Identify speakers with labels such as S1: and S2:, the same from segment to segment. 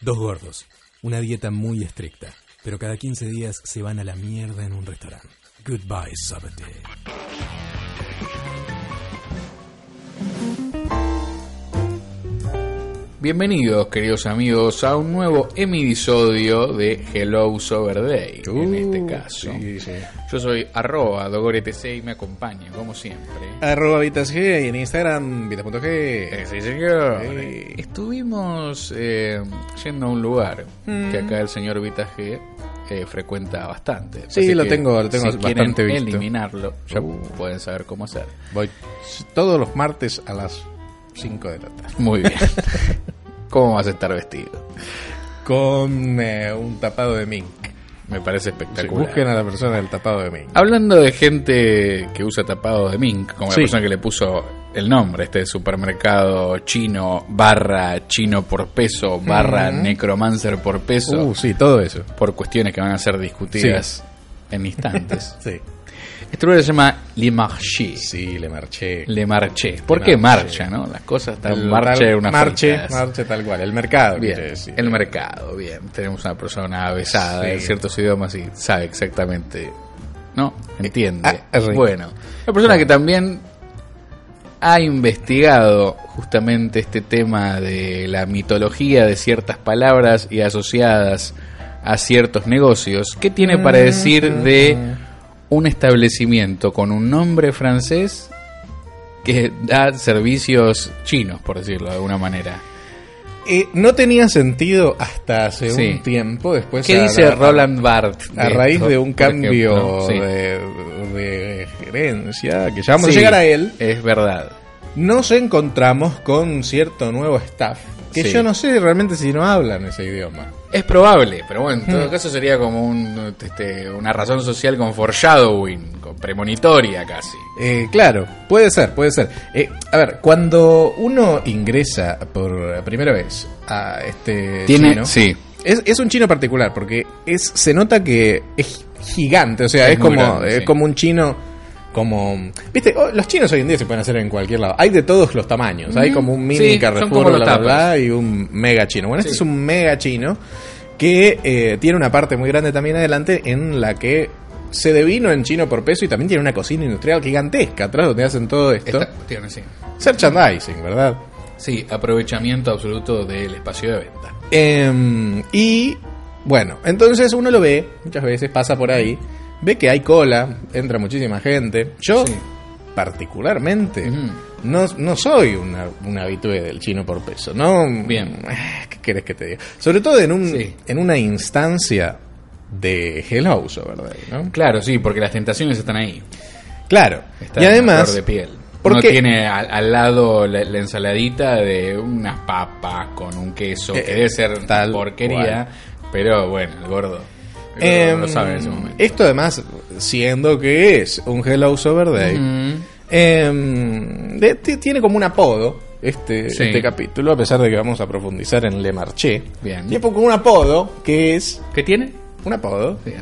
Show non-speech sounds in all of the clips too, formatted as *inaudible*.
S1: Dos gordos. Una dieta muy estricta. Pero cada 15 días se van a la mierda en un restaurante. Goodbye, Sabate.
S2: Bienvenidos, queridos amigos, a un nuevo episodio de Hello Sober Day, en este caso.
S3: Uh, Sí, sí.
S2: Yo soy arroba dogoretc y me acompaña, como siempre.
S3: Arroba Vitas G y en Instagram,
S2: Eh,
S3: Vitas.g.
S2: Sí, señor.
S3: Sí.
S2: Eh, Estuvimos eh, yendo a un lugar que
S3: Mm.
S2: acá el señor Vitas G eh, frecuenta bastante.
S3: Sí, lo tengo- lo tengo
S2: si
S3: bastante
S2: quieren
S3: visto.
S2: eliminarlo, ya
S3: Uh.
S2: pueden saber cómo hacer.
S3: Voy todos los martes a las 5 de la tarde.
S2: Muy bien. *laughs* ¿Cómo vas a estar vestido?
S3: Con eh, un tapado de mink.
S2: Me parece
S3: Sí,
S2: espectacular.
S3: busquen a la persona del tapado de mink.
S2: Hablando de gente que usa tapado de mink, como
S3: Sí.
S2: la persona que le puso el nombre, este supermercado chino barra chino por peso barra necromancer por peso,
S3: Uh, sí, todo eso.
S2: por cuestiones que van a ser discutidas en
S3: *laughs*
S2: instantes.
S3: Sí.
S2: este lugar se llama Le Marché.
S3: Sí, le marché.
S2: Le Marché. ¿Por
S3: Le
S2: qué
S3: Marché.
S2: marcha, no? Las cosas
S3: El
S2: están marcha
S3: tal-
S2: de una
S3: marche, marche tal cual. El mercado.
S2: Bien,
S3: quiere decir.
S2: el mercado, bien. Tenemos una persona avesada
S3: Sí.
S2: en ciertos idiomas y sabe exactamente. ¿No? Entiende.
S3: Ah, es rico.
S2: bueno, una persona que también ha investigado justamente este tema de la mitología de ciertas palabras y asociadas a ciertos negocios. ¿Qué tiene para
S3: Mm,
S2: decir de un establecimiento con un nombre francés que da servicios chinos, por decirlo de alguna manera?
S3: Eh, no tenía sentido hasta hace
S2: Sí.
S3: un tiempo. Después
S2: ¿Qué
S3: a-
S2: dice
S3: a-
S2: Roland Barthes?
S3: A raíz
S2: esto,
S3: de un
S2: por
S3: cambio
S2: ejemplo? Sí.
S3: de, de gerencia, que ya vamos
S2: Sí,
S3: a llegar a él,
S2: Es verdad.
S3: nos encontramos con cierto nuevo staff, que
S2: Sí.
S3: yo no sé realmente si no hablan ese idioma.
S2: Es probable, pero bueno, en todo caso sería como un, este, una razón social con foreshadowing, con premonitoria casi.
S3: Eh, claro, puede ser, puede ser. Eh, a ver, cuando uno ingresa por primera vez a
S2: Eh,
S3: este chino,
S2: sí.
S3: es, es un chino particular, porque es se nota que es gigante, o sea,
S2: Es
S3: es,
S2: muy
S3: como,
S2: grande,
S3: es
S2: sí.
S3: como un chino, como... Viste, Oh, los chinos hoy en día se pueden hacer en cualquier lado, hay de todos los tamaños, hay como un mini
S2: Sí, son
S3: Carrefour,
S2: como
S3: bla,
S2: los
S3: bla, bla,
S2: tapas.
S3: y un mega chino. Bueno,
S2: Sí.
S3: este es un mega chino que eh, tiene una parte muy grande también adelante en la que se devino en chino por peso y también tiene una cocina industrial gigantesca atrás donde hacen todo esto.
S2: Esta cuestión, sí.
S3: Merchandising, ¿verdad?
S2: Sí, aprovechamiento absoluto del espacio de venta.
S3: Em, y bueno, entonces uno lo ve, muchas veces pasa por ahí, ve que hay cola, entra muchísima gente. Yo,
S2: Sí.
S3: particularmente,
S2: Ujú.
S3: no, no soy una, un habitué del chino por peso, ¿no? Eh,
S2: Bien.
S3: ¿Qué querés que te diga? Sobre todo en, un,
S2: Sí.
S3: en una instancia de Hello, ¿verdad? ¿no?
S2: Claro, sí, porque las tentaciones están ahí.
S3: Claro.
S2: Está
S3: y
S2: a
S3: además,
S2: flor de piel.
S3: ¿por
S2: Uno
S3: qué?
S2: tiene al, al lado la, la ensaladita de unas papas con un queso
S3: Eh,
S2: que debe ser
S3: tal
S2: porquería, pero bueno, el gordo, el gordo
S3: em,
S2: lo sabe en ese momento.
S3: esto además, siendo que es un Hello Sober Day,
S2: Mm,
S3: Em, de- ti- tiene como un apodo este,
S2: Sí.
S3: este capítulo, a pesar de que vamos a profundizar en Le Marché.
S2: Bien.
S3: Tiene como un apodo que es
S2: ¿Qué tiene?
S3: un apodo
S2: Bien.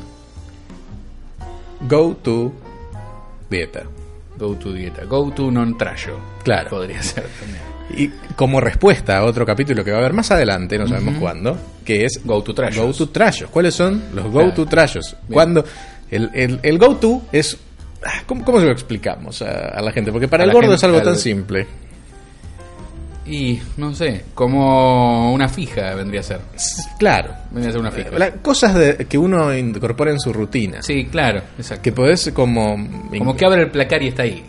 S3: Go to Dieta.
S2: Go to dieta. Go to non trayo.
S3: Claro.
S2: Podría ser también.
S3: Y como respuesta a otro capítulo que va a haber más adelante, no sabemos cuándo, que es
S2: Go to trayos.
S3: Go to Trayos. ¿Cuáles son los Go
S2: Claro.
S3: to Trayos? Cuando el, el- el Go to es. ah, ¿Cómo, cómo se lo explicamos a, a la gente? Porque
S2: A
S3: para el
S2: la
S3: gordo
S2: gente,
S3: es algo
S2: al-
S3: tan simple.
S2: Y no sé, como una fija vendría a ser.
S3: Claro.
S2: Vendría a ser una fija.
S3: La- cosas de- que uno incorpora en su rutina.
S2: Sí, claro, exacto.
S3: que podés como...
S2: Como que abre el placar y está ahí.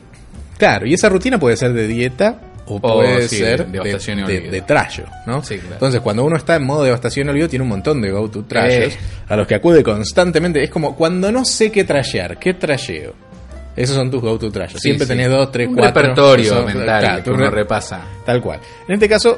S3: Claro, y esa rutina puede ser de dieta o, puede
S2: Oh, sí,
S3: ser
S2: de
S3: de,
S2: devastación y
S3: de-
S2: olvido.
S3: de trayo, ¿no?
S2: Sí, claro.
S3: Entonces, cuando uno está en modo devastación y olvido, tiene un montón de go-to trayos
S2: Eh.
S3: a los que acude constantemente. Es como cuando no sé qué trayar, qué trayeo. Esos son tus go-to trayos.
S2: Sí,
S3: Siempre
S2: sí.
S3: tenés dos, tres,
S2: Un
S3: cuatro.
S2: repertorio
S3: Eso-
S2: mental
S3: claro,
S2: que
S3: tu
S2: uno
S3: re-
S2: repasa.
S3: Tal cual. En este caso,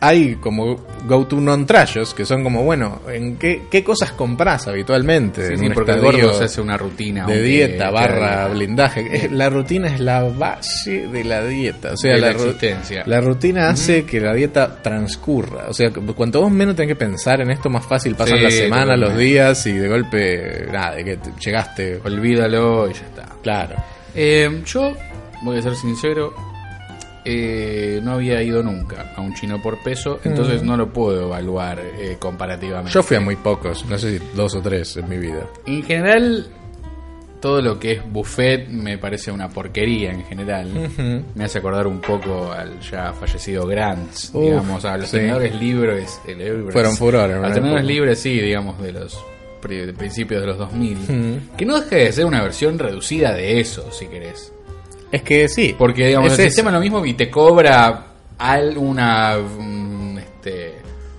S3: hay como go-to non-trayos, que son como, bueno, ¿en qué, qué cosas compras habitualmente?
S2: Sí,
S3: en
S2: sí,
S3: un
S2: porque el
S3: estadio
S2: gordo se hace una rutina.
S3: de
S2: aunque-
S3: dieta barra
S2: que-
S3: blindaje. Es- La rutina es la base de la dieta. O sea,
S2: De la
S3: ru-
S2: existencia.
S3: La rutina hace que la dieta transcurra. O sea, cu- cuanto vos menos tenés que pensar en esto, más fácil pasan
S2: Sí,
S3: las semanas, los
S2: totalmente.
S3: días y de golpe, nada, de que te- llegaste.
S2: Olvídalo y ya está.
S3: Claro.
S2: Eh, yo voy a ser sincero. eh, no había ido nunca a un chino por peso, entonces no lo puedo evaluar eh, comparativamente.
S3: Mm. Yo fui a muy pocos, no sé si dos o tres en mi vida.
S2: En general, todo lo que es buffet me parece una porquería en general. Me hace acordar un poco al ya fallecido Grants,
S3: Uf,
S2: digamos, a los
S3: sí.
S2: tenedores libres. eh, libres.
S3: Fueron furor en
S2: A
S3: una
S2: los tenedores
S3: época.
S2: libres, sí, digamos, de los pri- de principios de los 2000.
S3: Mm.
S2: Que no deja de ser una versión reducida de eso, si querés.
S3: Es que sí.
S2: Porque, digamos,
S3: es
S2: el
S3: eso.
S2: sistema es lo mismo y te cobra al- una, mm, este,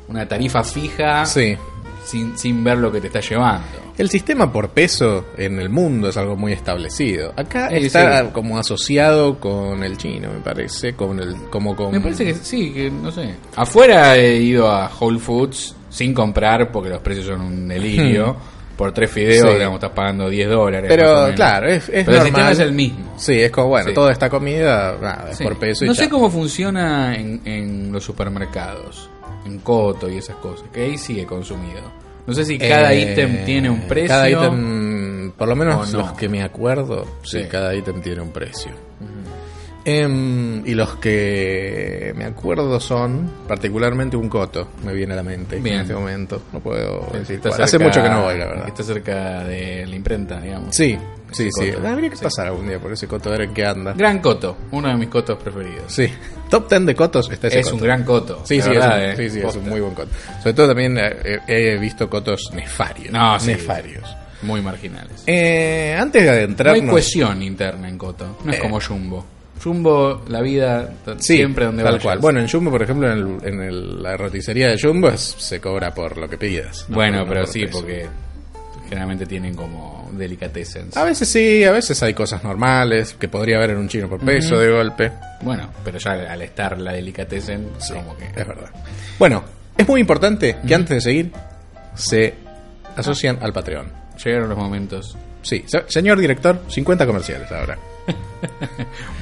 S2: una tarifa fija
S3: Sí.
S2: sin, sin ver lo que te está llevando.
S3: El sistema por peso en el mundo es algo muy establecido. Acá
S2: Sí,
S3: está
S2: sí.
S3: como asociado con el chino, me parece, con el como con
S2: Me parece que sí, que no sé. Afuera he ido a Whole Foods sin comprar porque los precios son un delirio. Por tres fideos,
S3: Hmm. Sí.
S2: digamos, estás pagando 10 dólares. más o
S3: Pero
S2: menos.
S3: claro, es, es
S2: Pero el
S3: normal.
S2: sistema es el mismo.
S3: Sí, es como bueno,
S2: Sí.
S3: toda esta comida nada, es
S2: Sí.
S3: por peso y
S2: no sé
S3: chao.
S2: cómo funciona en, en los supermercados, en Coto y esas cosas, que ahí sí he consumido. No sé si cada
S3: Eh,
S2: ítem tiene un precio.
S3: Cada ítem, por lo menos
S2: o no.
S3: los que me acuerdo, sí,
S2: Sí.
S3: cada ítem tiene un precio. Em, y los que me acuerdo son, particularmente un coto, me viene a la mente
S2: Bien.
S3: en este momento. No puedo
S2: que
S3: decir
S2: está
S3: cuál. Hace
S2: cerca-
S3: mucho que no voy, la
S2: que
S3: verdad.
S2: Está cerca de la imprenta, digamos.
S3: Sí, sí,
S2: Ese
S3: sí.
S2: coto.
S3: Ah, Habría que
S2: Sí.
S3: pasar algún día por ese coto, a ver en qué anda.
S2: Gran Coto, uno de mis cotos preferidos.
S3: Sí, top 10 de cotos está ese
S2: es
S3: coto.
S2: un gran coto.
S3: Sí,
S2: la
S3: sí,
S2: verdad,
S3: es, un,
S2: eh,
S3: sí, sí, es
S2: posta.
S3: un muy buen coto. Sobre todo también eh, he visto cotos nefarios.
S2: No, sí.
S3: Nefarios.
S2: Muy marginales.
S3: Eh, antes de
S2: no hay
S3: adentrarnos.
S2: cohesión interna en Coto. No es
S3: Eh.
S2: como Jumbo. Jumbo, la vida, t-
S3: Sí,
S2: siempre donde
S3: tal
S2: vayas.
S3: cual. Bueno, en Jumbo, por ejemplo, en, el- en el- la roticería de Jumbo es- se cobra por lo que pidas. ¿no?
S2: Bueno,
S3: No
S2: pero
S3: por
S2: sí,
S3: peso.
S2: porque generalmente tienen como delicatessens.
S3: A veces sí, a veces hay cosas normales que podría haber en un chino por peso de golpe.
S2: Bueno, pero ya al estar la delicatessen, como que.
S3: Es verdad. Bueno, es muy importante que antes de seguir se asocian al Patreon.
S2: Llegaron los momentos.
S3: Sí, se- señor director, 50 comerciales ahora.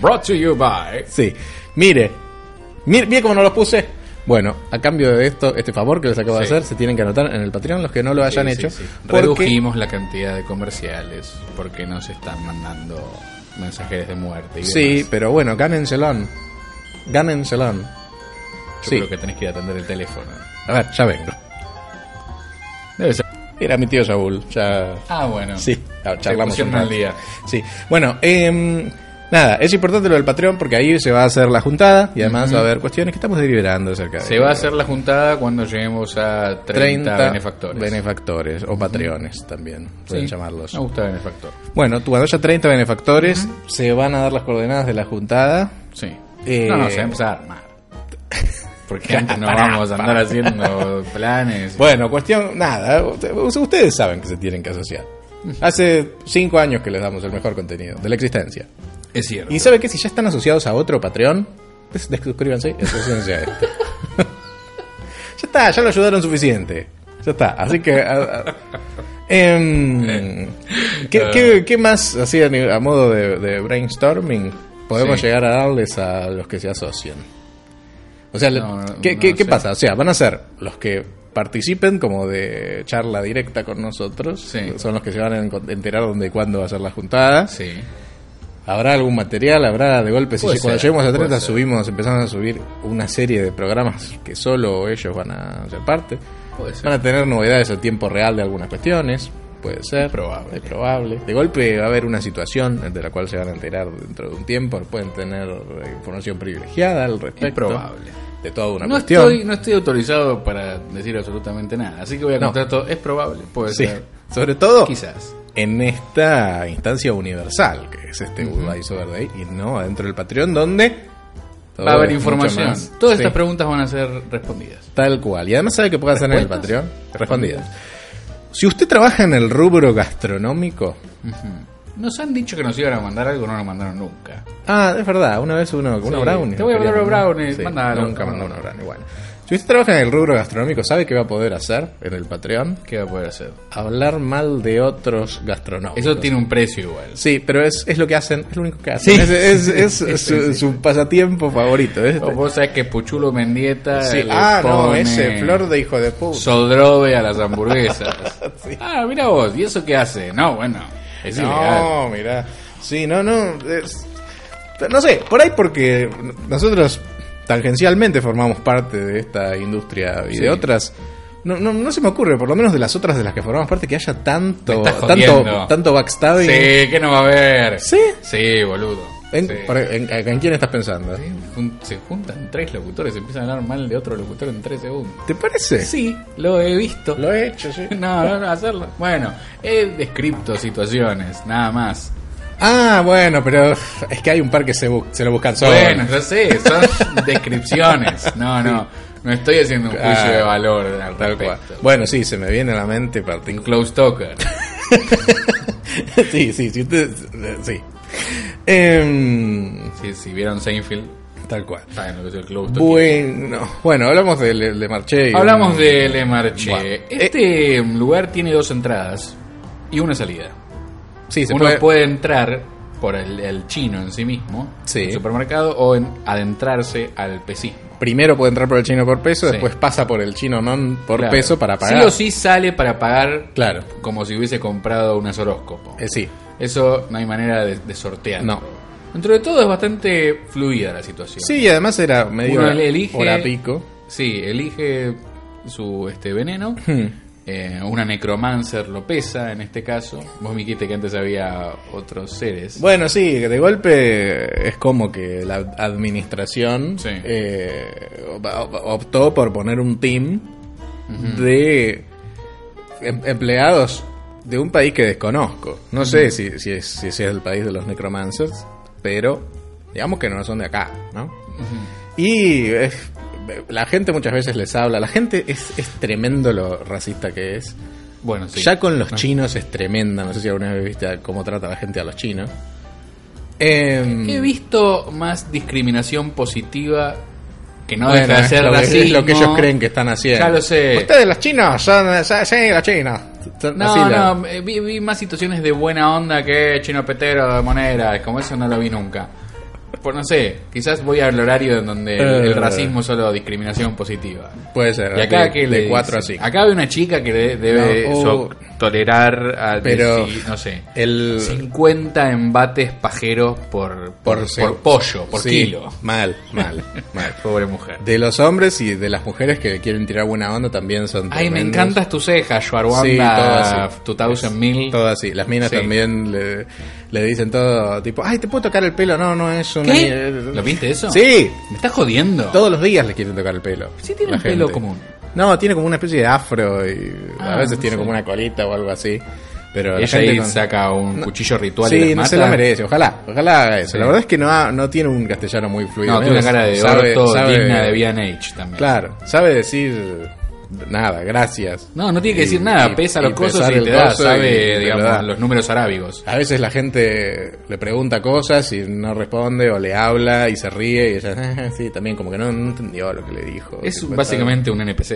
S2: Brought to you by.
S3: Sí, mire, mire, mire cómo no los puse. Bueno, a cambio de esto, este favor que les acabo de
S2: Sí.
S3: hacer, se tienen que anotar en el Patreon los que no lo hayan
S2: Sí, sí,
S3: hecho.
S2: sí.
S3: porque-
S2: Redujimos la cantidad de comerciales porque nos están mandando mensajeros de muerte. Y
S3: Sí,
S2: demás.
S3: pero bueno, gánenselón. Gánenselón.
S2: Yo
S3: sí.
S2: creo que tenés que ir a atender el teléfono.
S3: A ver, ya vengo.
S2: Debe ser.
S3: Era mi tío Saúl, ya.
S2: Ah, bueno.
S3: Sí, ahora
S2: Te
S3: charlamos
S2: pusieron
S3: un rato.
S2: al día.
S3: Sí, bueno, em, nada, es importante lo del Patreon porque ahí se va a hacer la juntada y además va a haber cuestiones que estamos deliberando acerca de.
S2: Se va a hacer la juntada cuando lleguemos a 30,
S3: 30
S2: benefactores.
S3: benefactores, o patreones también, pueden
S2: Sí.
S3: llamarlos.
S2: Me gusta benefactor.
S3: Bueno, tú, cuando haya 30 benefactores, se van a dar las coordenadas de la juntada.
S2: Sí.
S3: Eh,
S2: no, no, se va a empezar a
S3: *laughs*
S2: armar. Porque antes no vamos a andar haciendo planes.
S3: Bueno, cuestión, nada, u- ustedes saben que se tienen que asociar. Hace cinco años que les damos el mejor contenido de la existencia.
S2: es cierto.
S3: Y sabe que si ya están asociados a otro Patreon, des-
S2: *laughs*
S3: suscríbanse y asociense a este. *laughs* ya está, ya lo ayudaron suficiente. Ya está, así que... a- a-
S2: Eh.
S3: em, ¿qué,
S2: Ah.
S3: qué, qué más, así a, ni- a modo de, de brainstorming, podemos
S2: Sí.
S3: llegar a darles a los que se asocian? O sea,
S2: No, no,
S3: ¿qué,
S2: no
S3: qué- qué
S2: sé.
S3: pasa? O sea, van a ser los que participen como de charla directa con nosotros,
S2: Sí.
S3: son los que se van a encon- enterar dónde y cuándo va a ser la juntada.
S2: Sí.
S3: ¿Habrá algún material? ¿Habrá de golpe? Si
S2: Puede
S3: cuando
S2: ser,
S3: lleguemos a
S2: puede
S3: 30
S2: ser.
S3: subimos, empezamos a subir una serie de programas que solo ellos van a ser parte.
S2: Puede
S3: Van
S2: ser.
S3: a tener novedades a tiempo real de algunas cuestiones. Puede ser.
S2: probable.
S3: Es probable. De golpe va a haber una situación de la cual se van a enterar dentro de un tiempo. Pueden tener eh, información privilegiada al respecto.
S2: Es probable.
S3: De toda una
S2: No
S3: cuestión.
S2: estoy, no estoy autorizado para decir absolutamente nada. Así que voy a
S3: No.
S2: contar todo. Es probable. Puede
S3: Sí. Oh.
S2: ser.
S3: Sobre todo
S2: Quizás.
S3: en esta instancia universal que es este Goodbye Sober Day y no adentro del Patreon donde
S2: Va a haber
S3: todo es Oh, mucho
S2: información.
S3: más.
S2: Todas
S3: Sí.
S2: estas preguntas van a ser respondidas.
S3: Tal cual. Y además sabe que puede hacer en el
S2: ¿Respuestas?
S3: Patreon. Respondidas. Si usted trabaja en el rubro gastronómico.
S2: Nos han dicho que nos iban a mandar algo, no nos mandaron nunca.
S3: Ah, es verdad, una vez uno, uno
S2: Sí,
S3: brownie.
S2: te voy a
S3: quería
S2: mandar unos
S3: mandar.
S2: brownies, mandalo.
S3: nunca mandó unos brownies. Bueno. Si usted trabaja en el rubro gastronómico, ¿sabe qué va a poder hacer en el Patreon?
S2: ¿Qué va a poder hacer?
S3: Hablar mal de otros gastronómicos.
S2: Eso tiene un precio igual.
S3: Sí, pero es, es lo que hacen, es lo único que hacen.
S2: Sí.
S3: Es, es- es
S2: *laughs* Sí,
S3: su,
S2: sí, sí.
S3: su pasatiempo favorito. es-
S2: O Vos sabés que Puchulo Mendieta.
S3: Sí.
S2: le
S3: Ah, no,
S2: pone
S3: ese flor de hijo de puta.
S2: Sodrove a las
S3: *laughs*
S2: hamburguesas. Ah, mira vos, ¿y eso qué hace? No, bueno, es ilegal.
S3: No, mirá. Sí, no, no. es- No sé, por ahí porque nosotros tangencialmente formamos parte de esta industria y
S2: Sí.
S3: de otras. No, no, no se me ocurre, por lo menos de las otras de las que formamos parte, que haya tanto,
S2: Me estás
S3: tanto,
S2: jodiendo.
S3: tanto backstabbing.
S2: Sí, que no va a haber.
S3: ¿Sí?
S2: Sí, boludo.
S3: ¿En,
S2: Sí.
S3: para- en- en quién estás pensando?
S2: Sí, jun- Se juntan tres locutores, empiezan a hablar mal de otro locutor en tres segundos.
S3: ¿Te parece?
S2: Sí, lo he visto.
S3: Lo he hecho, sí.
S2: *laughs* No, no, no, hacerlo. Bueno, he descrito situaciones, nada más.
S3: Ah, bueno, pero es que hay un par que se, bu- se lo buscan solo.
S2: Bueno, yo sé, son *laughs* descripciones. No, no, no estoy haciendo un juicio
S3: Ah,
S2: de valor al
S3: Tal cual.
S2: respecto.
S3: Bueno, sí, se me viene a la mente Martín
S2: Un close talker.
S3: *laughs* sí, sí, sí. usted- eh, sí. Em,
S2: Si, si vieron Seinfeld,
S3: tal cual.
S2: saben lo que es el close talker.
S3: Bueno, bueno, hablamos de, Le- Le Marché. y-
S2: Hablamos de Le Marché.
S3: Bueno, eh.
S2: Este lugar tiene dos entradas y una salida.
S3: Sí, se
S2: Uno
S3: puede.
S2: puede... entrar por el, el chino en sí mismo,
S3: Sí.
S2: el supermercado, o en adentrarse al pesismo.
S3: Primero puede entrar por el chino por peso,
S2: Sí.
S3: después pasa por el chino non por
S2: Claro.
S3: peso para pagar.
S2: Sí o sí sale para pagar
S3: Claro.
S2: como si hubiese comprado un horóscopo.
S3: Eh, sí.
S2: Eso no hay manera de, de sortear.
S3: No.
S2: Dentro de todo es bastante fluida la situación.
S3: Sí, y además era medio
S2: Uno
S3: hora,
S2: le elige-
S3: hora pico.
S2: Sí, elige su este veneno.
S3: Hmm.
S2: Eh, una necromancer lo pesa en este caso. Vos me dijiste que antes había otros seres.
S3: Bueno, sí, de golpe es como que la administración
S2: Sí.
S3: eh, op- op- optó por poner un team de em- empleados de un país que desconozco. No sé si, si, es, si es el país de los necromancers, pero digamos que no son de acá, ¿no? Y es- la gente muchas veces les habla, la gente es, es tremendo lo racista que es.
S2: Bueno, sí.
S3: Ya con los chinos es tremenda. No sé si alguna vez viste a cómo trata la gente a los chinos. Em,
S2: He visto más discriminación positiva que no
S3: bueno,
S2: deja de
S3: es
S2: ser
S3: lo que- es
S2: racismo.
S3: lo que ellos creen que están haciendo.
S2: Ya lo sé.
S3: Ustedes los chinos son... son- Sí, los chinos. Son
S2: No,
S3: así la-
S2: no, eh, vi, vi más situaciones de buena onda que chino petero de moneda, como eso no lo vi nunca. Por no sé, quizás voy al horario en donde el, el
S3: Eh.
S2: racismo es solo discriminación positiva.
S3: Puede ser.
S2: Y acá
S3: de,
S2: que
S3: de
S2: le
S3: 4 a
S2: dicen?
S3: 5.
S2: Acá hay una chica que de- debe
S3: No, uh.
S2: so- tolerar a
S3: Pero-
S2: decir, no sé,
S3: El...
S2: 50 embates pajeros por por,
S3: se-
S2: por pollo, por
S3: sí,
S2: kilo. *laughs*
S3: Mal, mal, mal.
S2: Pobre mujer.
S3: De los hombres y de las mujeres que quieren tirar buena onda también son
S2: Ay, me
S3: tremendos.
S2: encantas tus cejas,
S3: Sí, todo
S2: Schwarwanda
S3: así.
S2: 2000.
S3: Todo así. Las minas
S2: Sí.
S3: también le, le dicen todo tipo, ay, ¿te puedo tocar el pelo? No, no es una...
S2: ¿Qué? ¿Lo viste eso?
S3: Sí,
S2: ¿Me estás jodiendo?
S3: todos los días le quieren tocar el pelo.
S2: Sí, tiene
S3: la
S2: un pelo
S3: gente.
S2: común.
S3: No, tiene como una especie de afro y
S2: Ah,
S3: a veces
S2: no
S3: tiene
S2: sé.
S3: como una colita o algo así. Pero la
S2: Ella
S3: gente
S2: ahí
S3: con-
S2: saca un cuchillo ritual y
S3: Sí,
S2: las
S3: no se
S2: mata.
S3: la merece. Ojalá, ojalá haga eso.
S2: Sí.
S3: La verdad es que no, ha- no tiene un castellano muy fluido.
S2: No, tiene una cara de
S3: Sabe-
S2: orto
S3: sabe-
S2: digna de B&H también.
S3: Claro, sabe decir nada, gracias.
S2: No, no tiene que
S3: Y-
S2: decir nada,
S3: y-
S2: pesa los
S3: y
S2: cosos
S3: pesar
S2: y
S3: el
S2: te da,
S3: coso
S2: sabe,
S3: y- Ah, y
S2: digamos,
S3: te lo da.
S2: los números arábigos.
S3: A veces la gente le pregunta cosas y no responde o le habla y se ríe y ella, *laughs* "Ah, sí, también como que no, no entendió lo que le dijo.
S2: Es
S3: Tipo,
S2: básicamente un NPC.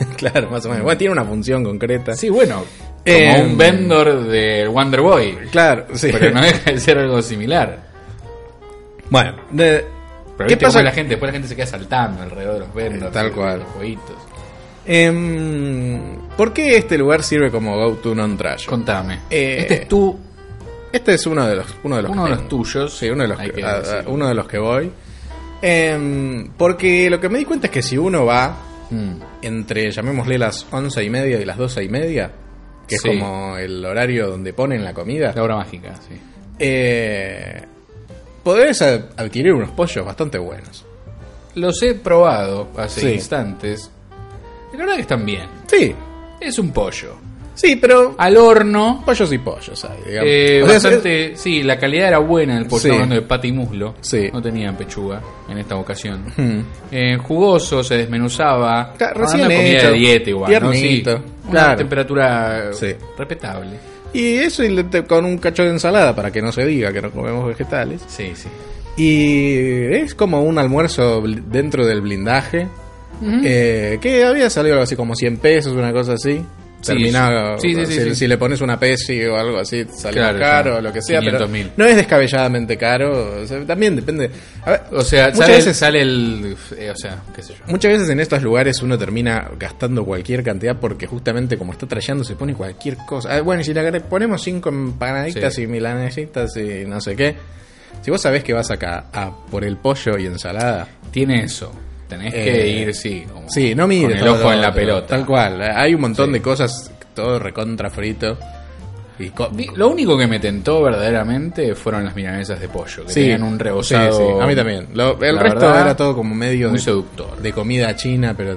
S3: está- *laughs* claro, más o menos. Bueno, tiene una función concreta.
S2: Sí, bueno, como
S3: Eh,
S2: un vendor de Wonder Boy,
S3: claro, sí.
S2: pero no deja de ser algo similar.
S3: Bueno, de-
S2: Pero
S3: ¿qué
S2: viste
S3: pasa? Eh,
S2: cómo la gente, después la gente se queda saltando alrededor de los vendors,
S3: Tal
S2: de
S3: cual.
S2: los jueguitos.
S3: Em, ¿Por qué este lugar sirve como go to non trash?
S2: Contame.
S3: Eh,
S2: este es tú,
S3: Este es uno de los uno de los
S2: uno de
S3: que
S2: los
S3: tengo.
S2: tuyos.
S3: Sí, uno de los
S2: hay
S3: que, ah,
S2: que
S3: a- a-
S2: decirlo.
S3: uno de los que voy. Em, porque lo que me di cuenta es que si uno va
S2: Mm.
S3: entre, llamémosle las once y media y las doce y media, que
S2: Sí.
S3: es como el horario donde ponen la comida,
S2: La obra mágica, sí.
S3: eh, podés a- adquirir unos pollos bastante buenos.
S2: Los he probado hace
S3: Sí.
S2: instantes. Y la verdad que están bien.
S3: Sí,
S2: Es un pollo.
S3: sí, pero
S2: Al horno.
S3: pollos y pollos hay, digamos.
S2: Ah. eh,
S3: O sea, es-
S2: bastante, sí, la calidad era buena del pollo,
S3: Sí.
S2: hablando de pata y muslo.
S3: Sí.
S2: No tenían pechuga en esta ocasión.
S3: Hmm.
S2: Eh, jugoso, se desmenuzaba.
S3: Ca-
S2: Hablando
S3: recién
S2: de comida
S3: hecho,
S2: de dieta igual. ¿no? Sí,
S3: tiernito,
S2: una
S3: claro.
S2: temperatura
S3: Sí.
S2: respetable.
S3: Y eso y le- te- con un cacho de ensalada para que no se diga que no comemos vegetales.
S2: Sí, sí.
S3: Y es como un almuerzo bl- dentro del blindaje.
S2: Ujú.
S3: eh, que había salido algo así como 100 pesos, una cosa así.
S2: Sí,
S3: Terminaba,
S2: sí, sí, sí,
S3: si,
S2: sí.
S3: si le pones una pesi o algo así, sale
S2: Claro,
S3: caro,
S2: ya.
S3: lo que sea. Pero
S2: 500.000.
S3: no es descabelladamente caro. o sea, también depende. A ver,
S2: O sea,
S3: Muchas
S2: sale,
S3: veces-
S2: sale el. eh, o sea, qué sé yo.
S3: muchas veces en estos lugares uno termina gastando cualquier cantidad porque justamente como está trayendo se pone cualquier cosa. Ah, bueno, y si le agre- ponemos cinco empanaditas
S2: Sí.
S3: y milanesitas y no sé qué. Si vos sabés que vas acá a por el pollo y ensalada,
S2: Tiene eso. Tenés
S3: Eh,
S2: que ir, sí. como
S3: sí, no mires
S2: Con el
S3: todo
S2: ojo
S3: lo
S2: en la
S3: otro,
S2: pelota.
S3: Tal cual. Hay un montón
S2: Sí.
S3: de cosas, todo recontra frito. Y co-
S2: Di- Lo único que me tentó verdaderamente fueron las milanesas de pollo, que
S3: Sí.
S2: tenían un rebozado.
S3: Sí, sí, A mí también. Lo- el
S2: la
S3: resto
S2: verdad,
S3: era todo como medio
S2: muy
S3: de,
S2: seductor.
S3: de comida china, pero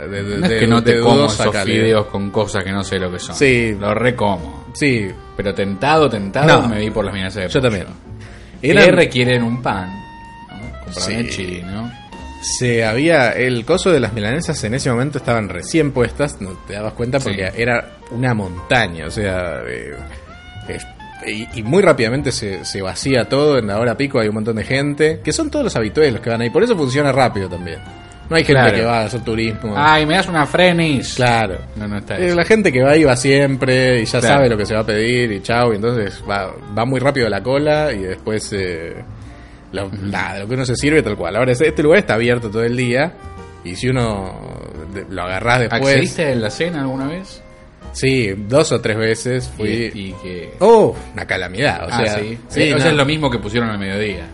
S3: también de, de-
S2: No es
S3: de-
S2: que no
S3: de
S2: te como
S3: dudosa
S2: esos
S3: calidad.
S2: fideos con cosas que no sé lo que son.
S3: Sí.
S2: Lo recomo.
S3: Sí,
S2: Pero tentado, tentado,
S3: No.
S2: me vi por las milanesas de
S3: yo
S2: pollo.
S3: también.
S2: Que
S3: Eran-
S2: requieren un pan. ¿no? Con
S3: Sí.
S2: parmesano chino.
S3: se había el coso de las milanesas en ese momento estaban recién puestas, no te dabas cuenta porque
S2: Sí.
S3: era una montaña, o sea, eh, es- y, y muy rápidamente se, se vacía todo, en la hora pico hay un montón de gente, que son todos los habituales los que van ahí, por eso funciona rápido también. No hay gente
S2: Claro. Ah.
S3: que va a hacer turismo.
S2: Ay, me das una frenis.
S3: Claro.
S2: No, no está
S3: Eh,
S2: eso.
S3: La gente que va ahí va siempre y ya
S2: Claro.
S3: sabe lo que se va a pedir y chau, y entonces va, va muy rápido la cola y después eh, lo, nada, lo que uno se sirve tal cual. Ahora, ese- este lugar está abierto todo el día y si uno de- lo agarrás después...
S2: ¿Accediste a la cena alguna vez?
S3: Sí, dos o tres veces
S2: Y-
S3: fui...
S2: Y, que...
S3: ¡Oh! Una calamidad, o
S2: ah,
S3: sea...
S2: sí.
S3: sí,
S2: Eh, o
S3: no,
S2: sea, es lo mismo que pusieron al mediodía.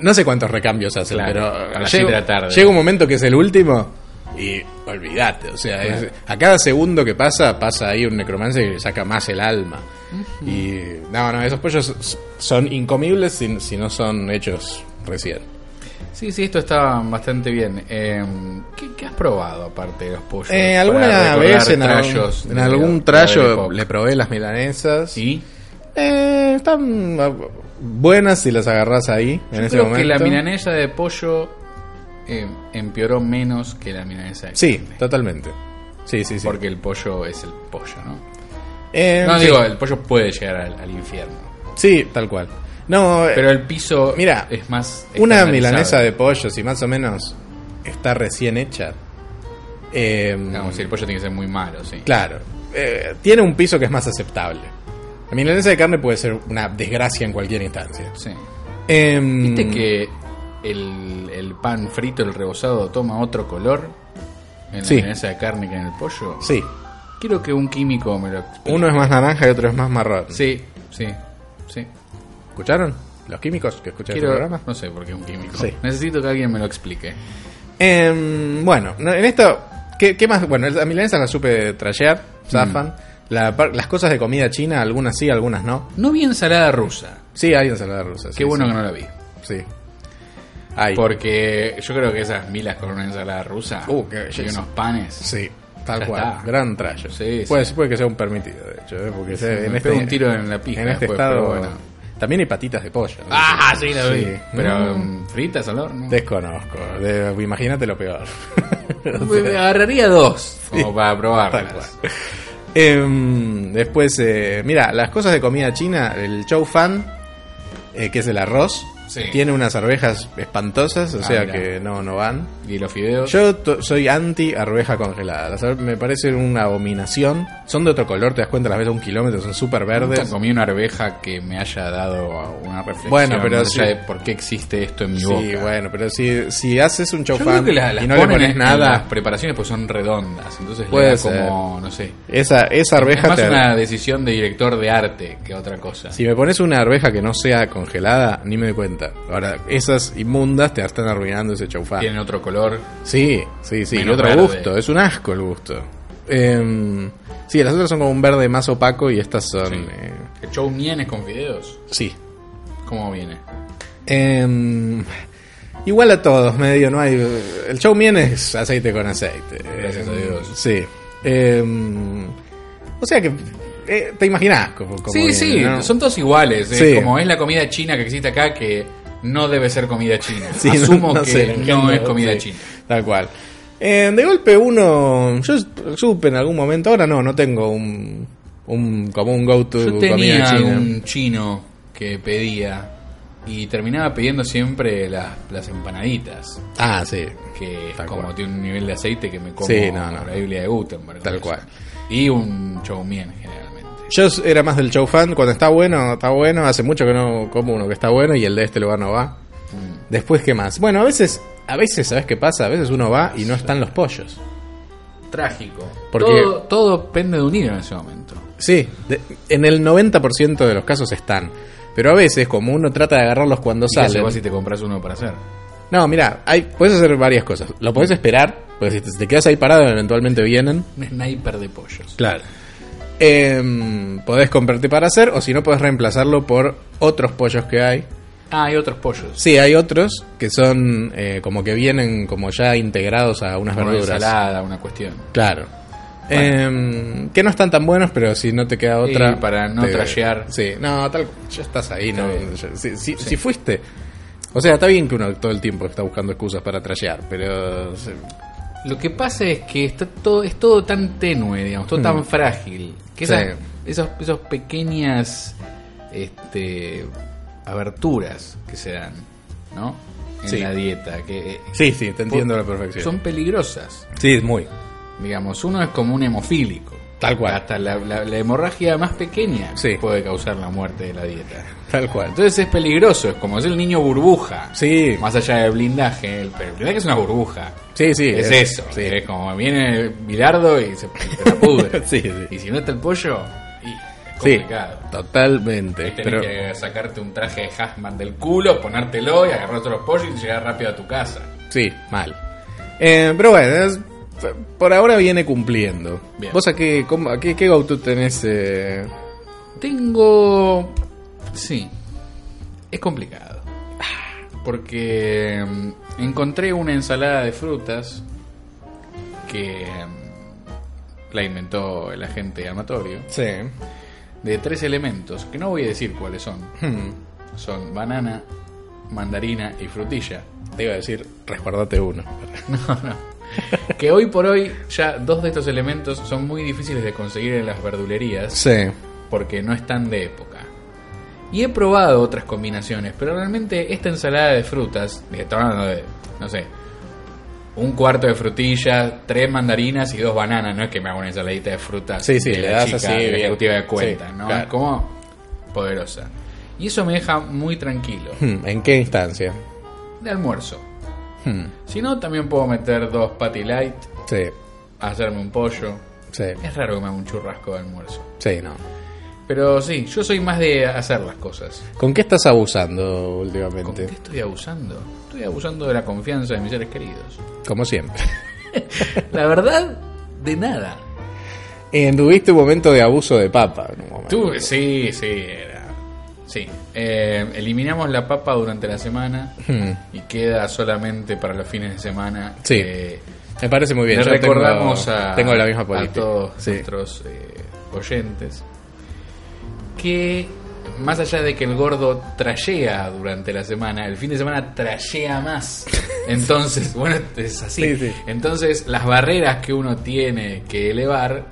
S3: no sé cuántos recambios hacen,
S2: Claro,
S3: pero...
S2: a las
S3: eh,
S2: siete de la tarde.
S3: llega un momento que es el último y olvídate, o sea, es-
S2: Claro.
S3: a cada segundo que pasa, pasa ahí un necromante que le saca más el alma. Y no, no, esos pollos s- son incomibles si, si no son hechos recién.
S2: Sí, sí, esto está bastante bien. Eh, ¿qué, qué has probado aparte de los pollos?
S3: Eh,
S2: Para
S3: alguna
S2: recordar
S3: vez en,
S2: trayos
S3: algún, en
S2: de-
S3: algún
S2: de la
S3: trayo
S2: época?
S3: le probé las milanesas.
S2: ¿Y?
S3: Eh, están ah, buenas si las agarras ahí, en
S2: Yo
S3: ese
S2: creo
S3: momento.
S2: que la milanesa de pollo eh, empeoró menos que la milanesa de
S3: Sí,
S2: carne.
S3: totalmente. Sí, sí, sí.
S2: Porque el pollo es el pollo, ¿no?
S3: Eh,
S2: No,
S3: sí,
S2: digo, el pollo puede llegar al, al infierno.
S3: sí, tal cual. No, eh,
S2: Pero el piso
S3: Mira,
S2: es más...
S3: Una
S2: estandarizado.
S3: milanesa de pollo, si más o menos está recién hecha. eh,
S2: Digamos, sí, el pollo tiene que ser muy malo, sí.
S3: Claro, eh, tiene un piso que es más aceptable. La milanesa de carne puede ser una desgracia en cualquier instancia.
S2: Sí. Mm.
S3: Eh,
S2: ¿Viste que el, el pan frito, el rebozado, toma otro color en la
S3: Sí.
S2: milanesa de carne que en el pollo?
S3: Sí,
S2: Quiero que un químico me lo explique.
S3: uno es más naranja y otro es más marrón.
S2: Sí, sí, sí.
S3: ¿Escucharon? ¿Los químicos que escuchan el
S2: Quiero...
S3: programa?
S2: No sé por qué un químico.
S3: Sí.
S2: Necesito que alguien me lo explique.
S3: Eh, bueno, no, en esto, ¿qué, qué más? Bueno, la milanesa la supe trashear, zafan.
S2: Mm.
S3: La par- las cosas de comida china, algunas sí, algunas no.
S2: No vi ensalada rusa.
S3: Sí, hay ensalada rusa.
S2: Qué bueno que no la vi.
S3: Sí. Hay.
S2: Porque yo creo que esas milas con una ensalada rusa
S3: Uh, qué
S2: y
S3: belleza.
S2: unos panes.
S3: Sí, tal
S2: Ya
S3: cual.
S2: está.
S3: Gran trayo.
S2: Sí,
S3: puede,
S2: sí.
S3: puede que sea un permitido, de hecho, ¿eh? porque se- en
S2: me
S3: este,
S2: pego un tiro en la pija
S3: en este
S2: después,
S3: estado.
S2: pero bueno.
S3: También hay patitas de pollo. ¿no?
S2: Ah, sí, la vi.
S3: Sí.
S2: Pero
S3: Mm,
S2: um, fritas al horno.
S3: *laughs* desconozco. De- imagínate lo peor. *laughs*
S2: Me- me agarraría dos como para
S3: Tal cual.
S2: probarlas.
S3: Em, después, eh, mira, las cosas de comida china, el chow fan, eh, que es el arroz,
S2: Sí.
S3: tiene unas arvejas espantosas, o
S2: Ah,
S3: sea
S2: mirá.
S3: que no, no van.
S2: Y los fideos.
S3: Yo to- soy anti arveja congelada. Las ar- me parece una abominación. Son de otro color, te das cuenta, las ves a un kilómetro, son súper
S2: Nunca
S3: verdes.
S2: comí una arveja que me haya dado una reflexión
S3: Bueno, pero
S2: más allá de
S3: sí.
S2: por qué existe esto en mi
S3: Sí,
S2: boca.
S3: bueno, pero si, si haces un
S2: Yo creo
S3: chaufán
S2: que la- las
S3: y no le
S2: ponen
S3: pones
S2: en- en las
S3: nada,
S2: preparaciones pues son redondas, entonces le
S3: Puede
S2: da
S3: ser.
S2: como, no sé.
S3: esa, esa
S2: Es
S3: arveja
S2: más
S3: te...
S2: una decisión de director de arte que otra cosa.
S3: Si me pones una arveja que no sea congelada, ni me doy cuenta. Ahora, esas inmundas te están arruinando ese chaufán.
S2: Tienen otro color.
S3: Sí, sí, sí. Y
S2: Menos
S3: otro
S2: verde.
S3: gusto. Es un asco el gusto. Em, sí, las otras son como un verde más opaco y estas son...
S2: Sí.
S3: eh,
S2: ¿El show mien es con fideos?
S3: sí.
S2: ¿Cómo viene?
S3: Em, igual a todos, medio, no hay. El show mien es aceite con aceite.
S2: Gracias
S3: Em,
S2: a Dios.
S3: Sí. Em, o sea que eh, te imaginás como, como
S2: sí,
S3: viene,
S2: sí,
S3: ¿no?
S2: son todos iguales. es
S3: Sí.
S2: Como es la comida china que existe acá que no debe ser comida china.
S3: *laughs* Sí,
S2: Asumo
S3: no
S2: que
S3: sé,
S2: no
S3: entiendo,
S2: es comida
S3: sí,
S2: china.
S3: Tal cual. Eh, de golpe uno. Yo supe en algún momento, ahora no, no tengo un. un como un go to
S2: Yo
S3: comida
S2: tenía
S3: china.
S2: un chino que pedía y terminaba pidiendo siempre las, las empanaditas,
S3: Ah, sí.
S2: que es
S3: Tal
S2: como
S3: cual.
S2: tiene un nivel de aceite que me como
S3: Sí, no, no.
S2: la Biblia de Gutenberg.
S3: Tal
S2: Eso.
S3: cual.
S2: Y un chow mein generalmente.
S3: Yo era más del show fan. Cuando está bueno, está bueno. Hace mucho que no como uno que está bueno y el de este lugar no va.
S2: Mm.
S3: Después, ¿qué más? Bueno, a veces, a veces, ¿sabes qué pasa? A veces uno va y no están los pollos.
S2: Trágico.
S3: Porque-
S2: todo, todo depende de un hilo en ese momento.
S3: Sí, de- en el 90% de los casos están. Pero a veces, como uno trata de agarrarlos cuando
S2: ¿Y qué haces
S3: salen.
S2: vos si te compras uno para hacer?
S3: No, mira, hay, puedes hacer varias cosas. Lo
S2: Mm.
S3: puedes esperar, porque si te, te quedas ahí parado, eventualmente vienen.
S2: Un sniper de pollos.
S3: Claro. Em, podés comprarte para hacer, o si no, podés reemplazarlo por otros pollos que hay.
S2: Ah, hay otros pollos.
S3: Sí, hay otros que son eh, como que vienen como ya integrados a unas
S2: Una
S3: verduras.
S2: ensalada, una cuestión.
S3: Claro. Em, que no están tan buenos, pero si no te queda
S2: Sí,
S3: otra.
S2: para no
S3: te-
S2: trashear.
S3: Sí, no, tal ya estás ahí, ¿no?
S2: bien.
S3: Ya- Si, si- si fuiste. O sea, está bien que uno todo el tiempo está buscando excusas para trashear, pero. se-
S2: Lo que pasa es que está todo, es todo tan tenue, digamos, todo tan frágil. Que
S3: Hmm. Sí.
S2: esas, esos, esos pequeñas este, aberturas que se dan, ¿no? En
S3: Sí.
S2: la dieta. Que, eh,
S3: Sí, sí, te entiendo a la
S2: po-
S3: perfección.
S2: Son peligrosas.
S3: Sí, muy.
S2: Digamos, uno es como un hemofílico.
S3: Tal cual.
S2: Hasta la, la- la hemorragia más pequeña
S3: Sí.
S2: puede causar la muerte de la dieta.
S3: Tal cual.
S2: Entonces es peligroso, es como es el niño burbuja.
S3: Sí.
S2: Más allá del blindaje, el, pero el blindaje es una burbuja.
S3: Sí, sí.
S2: es eso.
S3: Sí.
S2: Es como viene Bilardo y se, te la pudre.
S3: *laughs* Sí, sí.
S2: Y si no está el pollo, y es
S3: Sí,
S2: complicado.
S3: totalmente.
S2: Tenés
S3: Pero,
S2: que sacarte un traje de hazmat del culo, ponértelo y agarrar todos los pollos y llegar rápido a tu casa.
S3: sí, mal. Eh, pero bueno, es- por ahora viene cumpliendo.
S2: Bien.
S3: ¿Vos a qué, cómo- a qué, qué Gautu tenés? eh?
S2: Tengo. Sí. Es complicado. Porque mm, encontré una ensalada de frutas que mm, la inventó el agente amatorio.
S3: Sí.
S2: De tres elementos, que no voy a decir cuáles son. Son banana, mandarina y frutilla.
S3: Te iba a decir, resguardate uno.
S2: Que hoy por hoy ya dos de estos elementos son muy difíciles de conseguir en las verdulerías.
S3: Sí.
S2: porque no están de época. Y he probado otras combinaciones, pero realmente esta ensalada de frutas, de, estamos hablando de, no sé, un cuarto de frutilla, tres mandarinas y dos bananas, no es que me haga una ensaladita de frutas.
S3: Sí, sí,
S2: de
S3: le
S2: la
S3: das
S2: chica,
S3: así,
S2: de la
S3: bien.
S2: ejecutiva de cuenta,
S3: Sí,
S2: ¿no?
S3: claro.
S2: Es como poderosa. Y eso me deja muy tranquilo.
S3: Hmm, ¿En qué instancia?
S2: De almuerzo.
S3: Hmm,
S2: Si no, también puedo meter dos patty light,
S3: Sí,
S2: hacerme un pollo.
S3: sí,
S2: Es raro que me haga un churrasco de almuerzo.
S3: sí, no.
S2: Pero sí, yo soy más de hacer las cosas.
S3: ¿Con qué estás abusando
S2: ¿Con qué
S3: últimamente?
S2: estoy abusando? Estoy abusando de la confianza de mis seres queridos.
S3: Como siempre.
S2: *laughs*
S3: *laughs*
S2: La verdad, de nada.
S3: Eh, Tuviste un momento de abuso de papa. en un momento.
S2: Tú, sí, sí, era. Sí. eh, eliminamos la papa durante la semana
S3: Hmm,
S2: y queda solamente para los fines de semana.
S3: Sí.
S2: Eh,
S3: Me parece muy bien.
S2: le
S3: yo
S2: recordamos
S3: tengo,
S2: a,
S3: tengo la misma
S2: a
S3: política.
S2: todos
S3: Sí.
S2: nuestros eh, oyentes que más allá de que el gordo trashea durante la semana, el fin de semana trashea
S3: *laughs*
S2: más. Entonces, bueno, es así.
S3: Sí, sí.
S2: Entonces, las barreras que uno tiene que elevar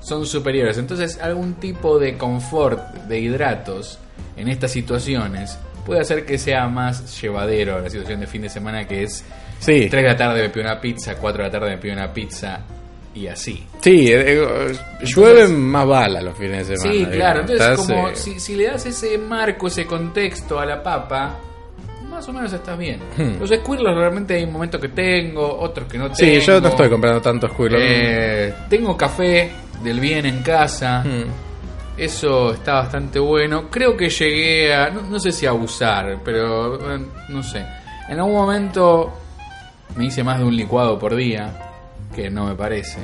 S2: son superiores. Entonces, algún tipo de confort de hidratos en estas situaciones puede hacer que sea más llevadero la situación de fin de semana que es
S3: Sí.
S2: 3 de la tarde me pido una pizza, 4 de la tarde me pido una pizza y así.
S3: Sí, eh, eh, llueven más balas los fines de semana.
S2: sí, claro.
S3: digamos.
S2: Entonces,
S3: Estás,
S2: como
S3: eh,
S2: si, si le das ese marco, ese contexto a la papa, más o menos estás bien. Los squirlos realmente hay momentos que tengo, otros que no
S3: Hmm. sí,
S2: tengo.
S3: yo no estoy comprando tantos cuilos.
S2: Eh, tengo café del bien en casa.
S3: Hmm. Mm.
S2: Eso está bastante bueno. Creo que llegué a. No, no sé si a abusar, pero. eh, No sé. En algún momento me hice más de un licuado por día, que no me parece.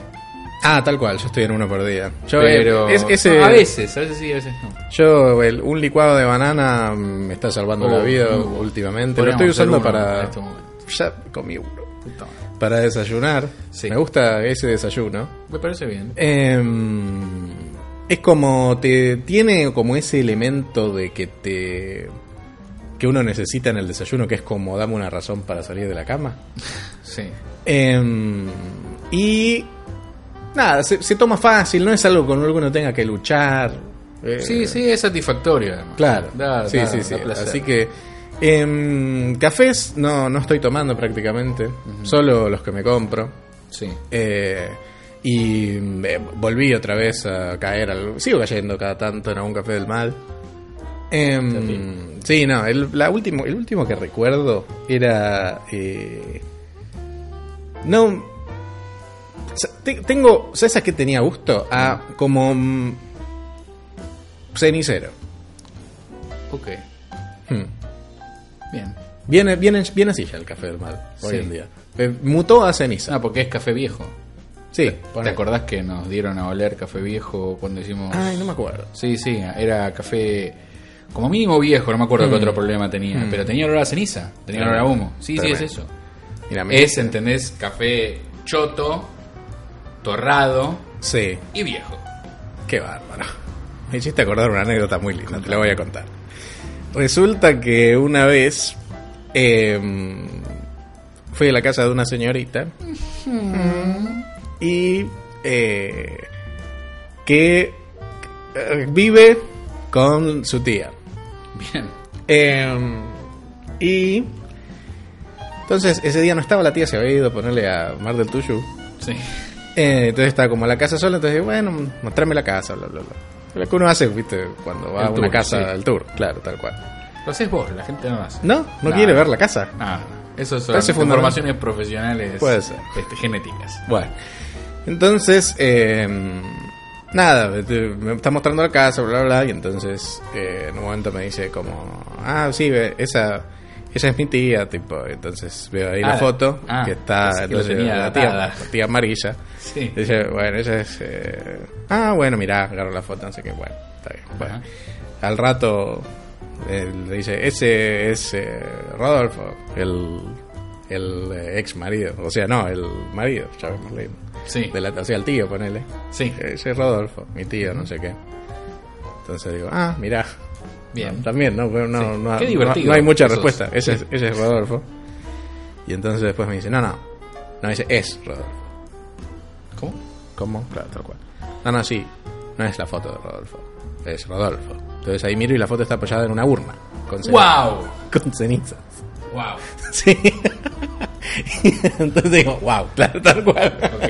S3: Ah, tal cual, yo estoy en uno por día. Yo, eh,
S2: Pero.
S3: es- ese-
S2: no, a veces, a veces sí, a veces no.
S3: Yo, el- un licuado de banana mm, me está salvando
S2: Oh,
S3: la vida
S2: muy bueno.
S3: últimamente.
S2: Podríamos
S3: Lo estoy usando
S2: hacer uno
S3: para.
S2: en este momento.
S3: ya comí uno.
S2: Puta madre.
S3: Para desayunar.
S2: Sí.
S3: Me gusta ese desayuno.
S2: Me parece bien.
S3: Em, es como. te Tiene como ese elemento de que te. que uno necesita en el desayuno, que es como dame una razón para salir de la cama.
S2: Sí.
S3: Em, y. Nada, se, se toma fácil, no es algo con lo que uno tenga que luchar. Eh,
S2: Sí, sí, es satisfactorio. además.
S3: Claro.
S2: Da-
S3: sí,
S2: da-
S3: sí, sí.
S2: da placer.
S3: Así que em, cafés no, no estoy tomando prácticamente, solo los que me compro.
S2: Sí.
S3: Eh, y eh, volví otra vez a caer, al- sigo cayendo cada tanto en algún café del mal. Em, sí, no, el, la último, el último que recuerdo era... eh, no... O sea, te- Tengo, ¿sabes a qué tenía gusto? A como mm, cenicero.
S2: Ok,
S3: Hmm.
S2: bien.
S3: Viene, viene, viene así ya el café del mal
S2: Sí.
S3: hoy en día. Eh, Mutó a ceniza.
S2: Ah, porque es café viejo.
S3: sí,
S2: ¿Te
S3: ponele.
S2: acordás que nos dieron a oler café viejo cuando hicimos...
S3: Ay, no me acuerdo.
S2: Sí, sí, era café como mínimo viejo, no me acuerdo qué otro problema tenía, pero tenía olor a ceniza, tenía olor a humo. Sí, sí,
S3: Mm. Tremendo.
S2: es eso.
S3: Mira, me-
S2: Es, ¿entendés? Café choto, torrado
S3: Sí,
S2: y viejo.
S3: qué bárbaro. Me hiciste acordar una anécdota muy linda, te la voy a contar. Resulta que una vez em, fui a la casa de una señorita y eh, que eh, vive con su tía.
S2: Bien.
S3: Em, y entonces ese día no estaba la tía, se había ido a ponerle a Mar del Tuyú.
S2: Sí.
S3: Eh, entonces estaba como la casa sola, entonces bueno, mostrarme la casa, bla, bla, bla. Lo que uno hace, viste, cuando va
S2: El
S3: a una
S2: tour,
S3: casa,
S2: sí.
S3: el tour, claro, tal cual.
S2: Lo haces vos, la gente no lo hace.
S3: No, no
S2: Nah.
S3: quiere ver la casa.
S2: Ah, eso son
S3: Parece fundamental.
S2: formaciones profesionales
S3: Puede ser.
S2: este, genéticas.
S3: Bueno, entonces, eh, nada, te- me está mostrando la casa, bla, bla, bla, y entonces eh, en un momento me dice como, ah, sí, ve, esa, esa es mi tía, tipo, entonces veo ahí
S2: Ah,
S3: la foto,
S2: ah,
S3: que está,
S2: pensé que lo
S3: entonces,
S2: tenía
S3: la, tía,
S2: atada.
S3: la tía amarilla.
S2: Sí.
S3: Dice, bueno, ella es. eh, Ah, bueno, mirá, agarro la foto, así que bueno, está bien. Bueno.
S2: Ajá.
S3: Al rato eh, le dice, ese es eh, Rodolfo, el, el eh, ex marido. O sea, no, el marido, ya vemos, le-
S2: Sí.
S3: de la, o sea, el tío, ponele.
S2: Sí.
S3: Ese es Rodolfo, mi tío, no sé qué. Entonces digo, ah, mirá.
S2: Bien.
S3: No, también, ¿no? Pero no,
S2: Sí.
S3: no,
S2: Qué
S3: no-
S2: divertido
S3: no hay mucha
S2: que sos.
S3: respuesta. Ese,
S2: Sí.
S3: es, ese es Rodolfo. Y entonces después me dice, no, no. No, dice, es Rodolfo.
S2: ¿Cómo?
S3: ¿Cómo? Claro, tal cual. No, no, sí. No es la foto de Rodolfo. Es Rodolfo. Entonces ahí miro y la foto está apoyada en una urna. Con cenizas.
S2: ¡Wow!
S3: Con cenizas.
S2: ¡Wow!
S3: *laughs* Sí. *laughs* Entonces digo, wow, claro, tal cual. *laughs*
S2: Ok.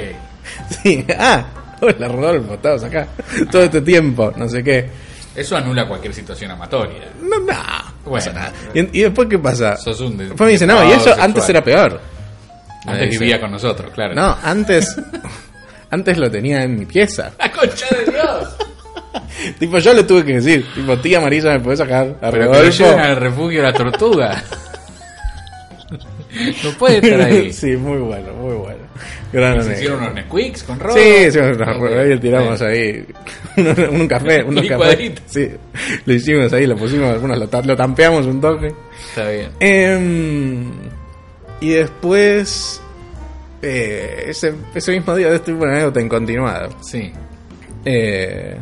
S3: Sí. Ah, hola Rodolfo, estabas acá todo este tiempo, no sé qué.
S2: Eso anula cualquier situación amatoria.
S3: No, no.
S2: Bueno.
S3: pasa nada. Y, y después, ¿qué pasa?
S2: Sos un de-
S3: Después me dice, no, y
S2: depravado
S3: eso antes
S2: sexual.
S3: era peor. Me
S2: Antes
S3: dice,
S2: vivía con nosotros, claro.
S3: No,
S2: *laughs*
S3: antes. antes lo tenía en mi pieza.
S2: ¡La concha de
S3: *laughs*
S2: Dios!
S3: Tipo, yo le tuve que decir, tipo, tía Marisa, ¿me puedes sacar a
S2: Pero que lo
S3: Rodolfo?
S2: lleven al refugio de la tortuga. *laughs* No puede estar ahí.
S3: *laughs* sí, muy bueno, muy bueno. Gran
S2: Se
S3: anécdota.
S2: hicieron unos Nesquiks con robo.
S3: Sí, sí, nos-
S2: Ok.
S3: ahí tiramos ahí *laughs* un, un café,
S2: Un
S3: unos cafés.
S2: licuadito.
S3: Sí, lo hicimos ahí, lo pusimos, algunos lo, ta- lo tampeamos un toque.
S2: Está bien.
S3: Em, y después, eh, ese, ese mismo día, estoy una anécdota en continuado.
S2: Sí.
S3: Eh,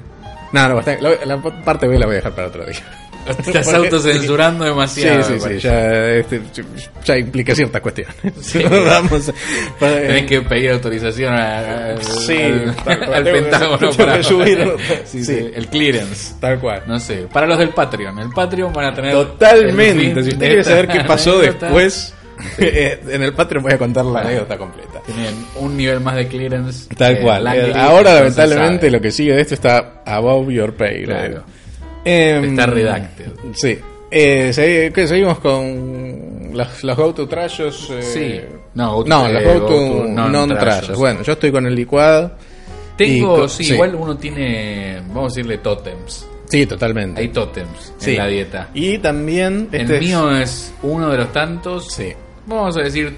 S3: no, no, basta- la, la parte B la voy a dejar para otro día.
S2: Estás
S3: Porque-
S2: autocensurando
S3: Sí,
S2: demasiado. pues.
S3: sí,
S2: me
S3: sí,
S2: parece.
S3: ya, este, ya implica ciertas cuestiones.
S2: Sí.
S3: *laughs* Vamos a- eh, para-
S2: Tenés que pedir autorización a- a-
S3: Sí,
S2: al,
S3: tal
S2: *laughs*
S3: cual.
S2: al
S3: Tengo que-
S2: Pentágono
S3: tengo
S2: para
S3: que subirlo.
S2: *laughs* Sí, sí,
S3: Sí.
S2: el clearance.
S3: Tal cual.
S2: No sé, para los del Patreon. El Patreon van a tener. el
S3: Totalmente.
S2: fin
S3: Si usted
S2: de
S3: quiere
S2: esta *laughs*
S3: saber qué *laughs* pasó
S2: anécdota.
S3: después, *laughs* eh, en el Patreon voy a contar la anécdota completa. Eh,
S2: Tienen un nivel más de clearance.
S3: Tal
S2: que
S3: cual.
S2: Langri,
S3: Ahora,
S2: entonces
S3: lamentablemente,
S2: sabe.
S3: lo que sigue de esto está above your pay.
S2: Claro.
S3: Em,
S2: Está redacted.
S3: Sí. Eh, segui- ¿qué? seguimos con los, los go-to trashos. eh,
S2: Sí. No, go-to-
S3: no, los
S2: eh,
S3: go-to
S2: go-to
S3: non-trashos.
S2: non-trashos.
S3: Bueno, yo estoy con el licuado. y
S2: Tengo,
S3: co-
S2: sí,
S3: sí.
S2: igual uno tiene, vamos a decirle tótems.
S3: Sí, totalmente.
S2: Hay tótems
S3: Sí.
S2: en la dieta.
S3: Y también. este
S2: el
S3: es-
S2: mío es uno de los tantos.
S3: Sí.
S2: Vamos a decir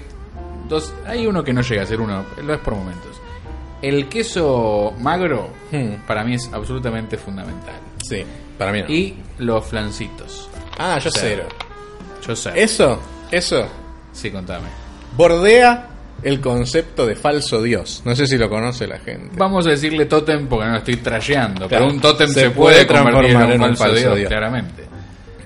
S2: dos. Hay uno que no llega a ser uno, lo es por momentos. El queso magro
S3: Hmm.
S2: para mí es absolutamente fundamental.
S3: Sí, para mí no.
S2: Y los flancitos.
S3: Ah, yo
S2: Cero.
S3: cero.
S2: Yo sé.
S3: Eso, eso
S2: Sí, contame.
S3: bordea el concepto de falso dios. No sé si lo conoce la gente.
S2: Vamos a decirle tótem porque no lo estoy trasheando.
S3: Claro.
S2: Pero un tótem
S3: Se
S2: se, puede
S3: puede
S2: convertir en
S3: transformar
S2: un,
S3: en un
S2: falso,
S3: falso
S2: dios,
S3: dios.
S2: claramente.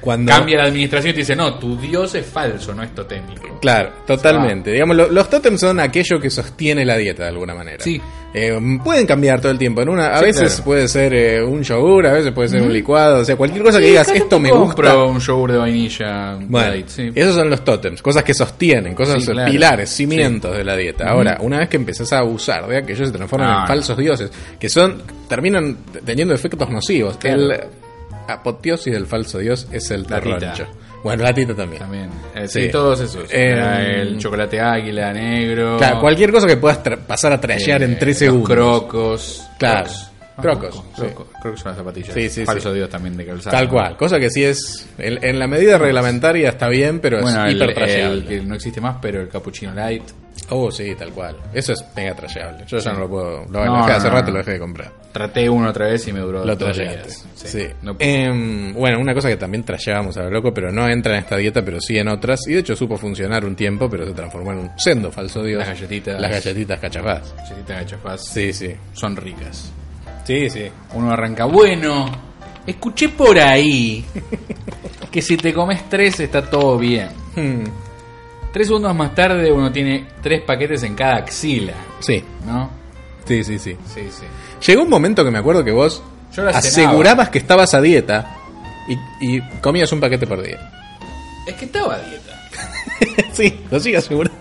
S3: Cuando
S2: Cambia la administración y te dice, no, tu dios es falso, no es totémico.
S3: Claro, totalmente.
S2: Ah.
S3: Digamos, lo- los tótems son aquello que sostiene la dieta de alguna manera.
S2: Sí.
S3: Eh, pueden cambiar todo el tiempo. En una, a
S2: Sí,
S3: veces
S2: claro.
S3: puede ser eh, un yogur, a veces puede ser un licuado, o sea, cualquier cosa que digas, esto me gusta.
S2: Compro un yogur de vainilla.
S3: Bueno,
S2: light, sí.
S3: esos son los tótems, cosas que sostienen, cosas
S2: Sí, claro.
S3: pilares, cimientos de la dieta. Ahora, una vez que empezás a abusar de aquellos se transforman
S2: No,
S3: en
S2: no.
S3: falsos dioses, que son terminan teniendo efectos nocivos.
S2: Claro.
S3: El apoteosis del falso dios es el
S2: La tita.
S3: terroncho. Bueno, la tita también.
S2: También. Eh,
S3: Sí.
S2: sí, todos esos.
S3: Eh,
S2: Era el chocolate águila, negro.
S3: Claro, cualquier cosa que puedas tra- pasar a
S2: eh,
S3: trashear en 3
S2: los
S3: segundos.
S2: Crocos. Ah,
S3: Claro.
S2: Crocs.
S3: Crocos. sí.
S2: Creo que son las zapatillas.
S3: Sí, sí,
S2: Falso
S3: sí.
S2: dios también de calzado.
S3: Tal cual. Cosa que sí es. En, en la medida reglamentaria está bien, pero
S2: Bueno,
S3: es
S2: el,
S3: hiper
S2: el
S3: trasheable.
S2: que no existe más, pero el cappuccino light.
S3: Oh, sí, tal cual. Eso es mega trasheable. Yo ya no lo puedo. Lo, lo
S2: No,
S3: dejé
S2: no,
S3: hace
S2: no,
S3: rato,
S2: no.
S3: lo dejé de comprar.
S2: Traté uno otra vez y me duró
S3: Lo
S2: dos
S3: trasheaste.
S2: días.
S3: Sí.
S2: No-
S3: Em, bueno, una cosa que también trasheábamos a lo loco, pero no entra en esta dieta, pero sí en otras. Y de hecho supo funcionar un tiempo, pero se transformó en un sendo falso dios.
S2: Las galletitas.
S3: Las galletitas cachafadas.
S2: galletitas gachafaz
S3: Sí, sí.
S2: son ricas.
S3: Sí, sí.
S2: Uno arranca, bueno, escuché por ahí que si te comes tres está todo bien.
S3: Hmm.
S2: Tres segundos más tarde uno tiene tres paquetes en cada axila,
S3: Sí,
S2: ¿no?
S3: sí, sí, sí.
S2: Sí, sí.
S3: Llegó un momento que me acuerdo que vos
S2: Yo la
S3: asegurabas que estabas a dieta y, y comías un paquete por día.
S2: Es que estaba a dieta.
S3: *laughs* sí, lo sigo asegurando.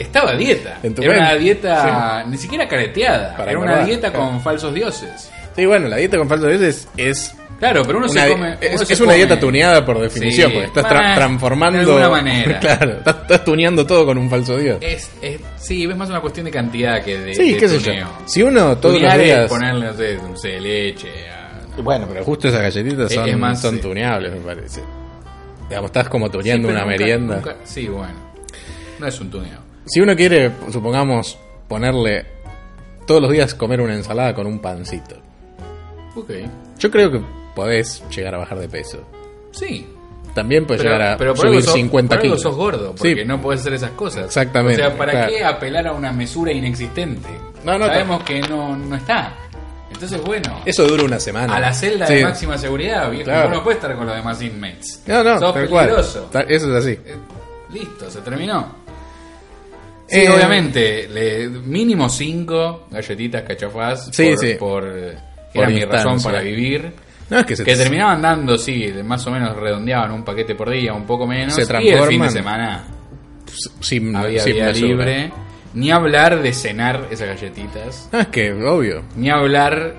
S2: Estaba a dieta.
S3: En tu
S2: Era una
S3: mente.
S2: dieta ni siquiera careteada.
S3: Para
S2: Era una
S3: engordar,
S2: dieta
S3: claro.
S2: con falsos dioses.
S3: Sí, bueno, la dieta con falso dios es, es
S2: Claro, pero uno
S3: Una-
S2: se come.
S3: es,
S2: uno se
S3: es una
S2: come-
S3: dieta tuneada por definición,
S2: Sí.
S3: porque estás
S2: Bueno,
S3: tra- transformando.
S2: de alguna manera.
S3: *laughs* claro, estás, estás tuneando todo con un falso dios.
S2: Es, es- sí, es más una cuestión de cantidad que de.
S3: sí,
S2: de
S3: qué sé yo.
S2: tuneo.
S3: Si uno todos los
S2: Tunear es
S3: días.
S2: ponerle, no sé, dulce de leche. a-
S3: Bueno, pero justo esas galletitas
S2: Es-
S3: son,
S2: es más,
S3: son
S2: sí.
S3: tuneables, me parece. Digamos, estás como
S2: Sí,
S3: tuneando
S2: pero
S3: una
S2: nunca-
S3: merienda.
S2: nunca- sí, bueno. No es un tuneo.
S3: Si uno quiere, supongamos, ponerle todos los días comer una ensalada con un pancito.
S2: Ok.
S3: Yo creo que podés llegar a bajar de peso.
S2: Sí.
S3: También puedes llegar a
S2: por algo
S3: subir
S2: sos-
S3: 50
S2: por algo
S3: kilos.
S2: sos gordo,
S3: Sí,
S2: porque no podés hacer esas cosas.
S3: Exactamente,
S2: O sea, ¿para
S3: claro.
S2: qué apelar a una mesura inexistente?
S3: No, no,
S2: Sabemos que no, no está. Entonces, bueno,
S3: Eso dura una semana.
S2: a la celda de
S3: Sí.
S2: máxima seguridad, viejo,
S3: Claro.
S2: uno puede estar con los demás inmates.
S3: No, no,
S2: Sos
S3: tal cual.
S2: peligroso.
S3: Ta- Eso es así.
S2: Eh, Listo, se terminó. Sí,
S3: Eh,
S2: obviamente, le- mínimo cinco galletitas cachafás
S3: Sí,
S2: por,
S3: sí.
S2: por, eh,
S3: Por
S2: era mi razón
S3: instancia.
S2: para vivir.
S3: No, es que se,
S2: Que terminaban dando, sí, más o menos redondeaban un paquete por día, un poco menos.
S3: Se
S2: Y el fin de
S3: transforman.
S2: semana
S3: sin,
S2: había
S3: sin
S2: día
S3: mesura.
S2: libre. Ni hablar de cenar esas galletitas.
S3: No, es que, obvio.
S2: Ni hablar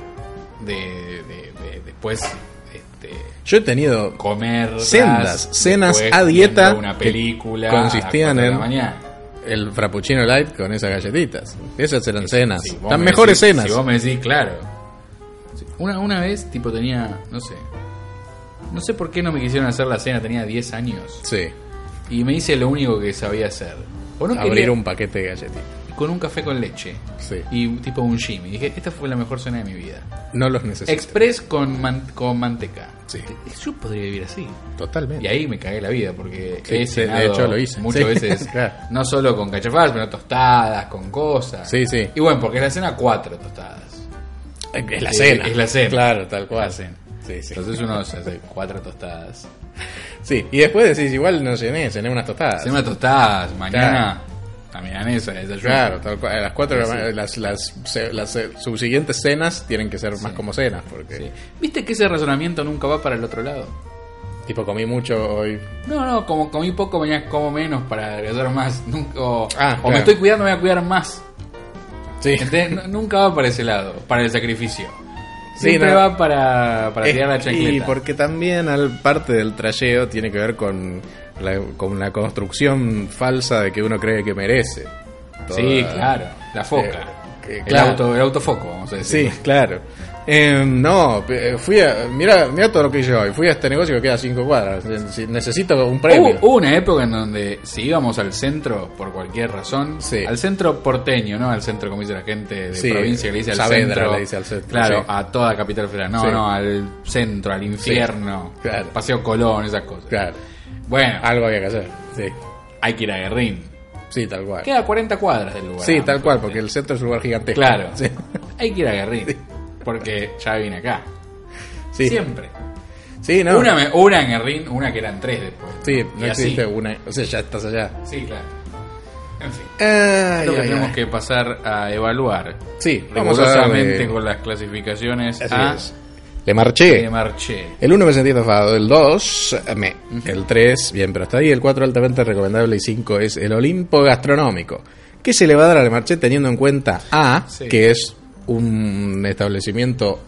S2: de, de- de- después este,
S3: Yo he tenido
S2: comer.
S3: Sendas, cenas a dieta
S2: Una
S3: que
S2: película.
S3: consistían
S2: a las
S3: en-
S2: cuatro de la mañana.
S3: el frappuccino light con esas galletitas. Esas eran cenas.
S2: Si vos
S3: Las
S2: me
S3: mejores
S2: decís-
S3: cenas.
S2: Si vos me decís, claro. Sí. Una, una vez, tipo, tenía, no sé. No sé por qué no me quisieron hacer la cena, tenía 10 años.
S3: Sí.
S2: Y me hice lo único que sabía hacer. O no
S3: Abrir
S2: quería-
S3: un paquete de galletitas.
S2: Con un café con leche.
S3: Sí.
S2: Y tipo un jimmy. Dije, esta fue la mejor cena de mi vida.
S3: No los necesito.
S2: Express con, man- con manteca.
S3: Sí.
S2: Yo podría vivir así. Y
S3: Totalmente.
S2: ahí me cagué la vida porque
S3: Sí,
S2: he
S3: sí, de
S2: cenado
S3: hecho lo hice.
S2: muchas
S3: Sí,
S2: veces,
S3: *laughs* claro.
S2: no solo con cachafaz, pero tostadas, con cosas.
S3: Sí, sí.
S2: Y bueno, porque es la cena cuatro tostadas.
S3: Es la
S2: Sí,
S3: cena.
S2: es la cena.
S3: Claro, tal cual. Ah,
S2: La cena.
S3: Sí, sí.
S2: Entonces uno se hace cuatro tostadas.
S3: Sí, y después decís, igual no cené, cené unas tostadas.
S2: Hacemos tostadas, mañana la milanesa, de desayuno.
S3: Claro, tal cual. A las 4 de la
S2: Sí, sí.
S3: mañana, las, las, se- las, eh, subsiguientes cenas tienen que ser más como cenas, porque
S2: Sí. ¿Viste que ese razonamiento nunca va para el otro lado?
S3: tipo comí mucho hoy.
S2: No, no, como comí poco, mañana como menos para adelgazar más. Nunca, o
S3: Ah,
S2: o
S3: claro.
S2: me estoy cuidando, me voy a cuidar más. *laughs*
S3: Sí.
S2: ¿Entendés? No- nunca va para ese lado, para el sacrificio.
S3: Sí,
S2: Siempre
S3: no.
S2: va para, para tirar la
S3: Es-
S2: chancleta.
S3: Eh, Y porque también al parte del trayeo tiene que ver con la, con la construcción falsa de que uno cree que merece.
S2: Sí,
S3: Toda-
S2: claro, la foca.
S3: Eh, que-
S2: el,
S3: claro.
S2: auto, el autofoco, vamos a decir.
S3: Sí, claro. Eh, no, eh, fui a. Mira, mira todo lo que hice hoy. Fui a este negocio que queda a 5 cuadras. Si- Necesito un premio.
S2: Hubo, hubo una época en donde si íbamos al centro por cualquier razón,
S3: Sí.
S2: al centro porteño, no al centro como dice la gente de
S3: Sí,
S2: provincia que le dice al
S3: Saavedra
S2: centro,
S3: le dice al centro,
S2: claro,
S3: sí.
S2: a toda capital federal, no,
S3: Sí.
S2: no, al centro, al infierno,
S3: claro.
S2: paseo Colón, esas cosas.
S3: Claro,
S2: Bueno,
S3: algo había que hacer. Sí,
S2: hay que ir a Guerrín.
S3: sí tal cual.
S2: Queda a 40 cuadras del lugar.
S3: Sí,
S2: ¿no?
S3: tal cual, porque el centro es un lugar gigantesco.
S2: Claro,
S3: Sí,
S2: hay que ir a Guerrín, porque ya vine acá,
S3: sí.
S2: siempre.
S3: Sí, no.
S2: Una, me- una en Guerrín, una que eran tres después.
S3: Sí,
S2: Y
S3: no
S2: así.
S3: existe una. O sea, ya estás allá.
S2: Sí, claro. En fin.
S3: Ay,
S2: Creo que
S3: ay,
S2: tenemos
S3: ay.
S2: que pasar a evaluar
S3: Sí, vamos a
S2: rigurosamente
S3: darle-
S2: con las clasificaciones
S3: Así
S2: A
S3: es. Le marché.
S2: de Marché.
S3: El 1 me sentí estafado, el 2 me, el 3 bien, pero hasta ahí, el 4 altamente recomendable y 5 es el Olimpo gastronómico. ¿Qué se le va a dar a la Marché teniendo en cuenta A,
S2: Sí.
S3: que es un establecimiento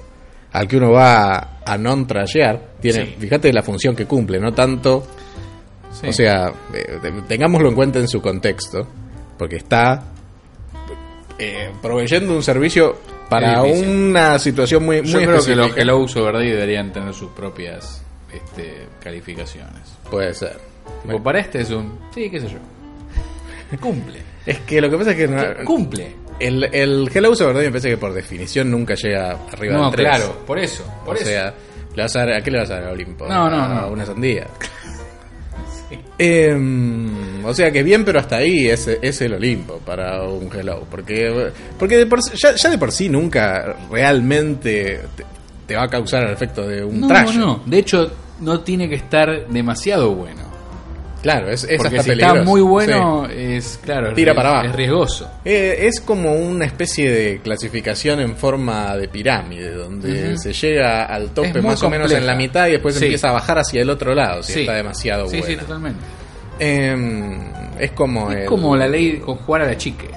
S3: al que uno va a non trashear? Tiene,
S2: Sí.
S3: fíjate la función que cumple, no tanto,
S2: Sí.
S3: o sea, eh, te- tengámoslo en cuenta en su contexto, porque está eh, proveyendo un servicio Para
S2: Es difícil.
S3: una situación muy, muy
S2: Yo creo que los
S3: específica.
S2: que lo uso, ¿verdad? Y deberían tener sus propias este, calificaciones.
S3: Puede ser.
S2: Tipo, para este es un. Sí, qué sé yo. Cumple.
S3: Es que lo que pasa es que no-
S2: Cumple.
S3: el, el Hello Verdad me parece que por definición nunca llega arriba
S2: No,
S3: del 3.
S2: claro, por eso. Por
S3: o
S2: eso.
S3: sea, ¿le vas a, dar- ¿a qué le vas a dar al Olimpo?
S2: No, no,
S3: A
S2: no. *laughs*
S3: Una sandía. Em, o sea que bien, pero hasta ahí es, es el Olimpo para un Hello. Porque, porque de por sí- ya, ya de por sí nunca realmente te, te va a causar el efecto de un
S2: no,
S3: trash.
S2: no. De hecho, no tiene que estar demasiado bueno.
S3: Claro, es, es
S2: Porque
S3: hasta
S2: si está
S3: peligroso.
S2: muy
S3: Sí.
S2: bueno, es claro. es
S3: Tira
S2: ries-
S3: para abajo.
S2: Es riesgoso.
S3: Eh, es como una especie de clasificación en forma de pirámide, donde
S2: Ujú.
S3: se llega al tope
S2: Es muy
S3: más o menos
S2: compleja.
S3: en la mitad y después
S2: Sí.
S3: empieza a bajar hacia el otro lado, si
S2: Sí.
S3: está demasiado
S2: Sí,
S3: buena.
S2: sí, totalmente.
S3: Em, es como
S2: Es
S3: el-
S2: como la ley con jugar a la chique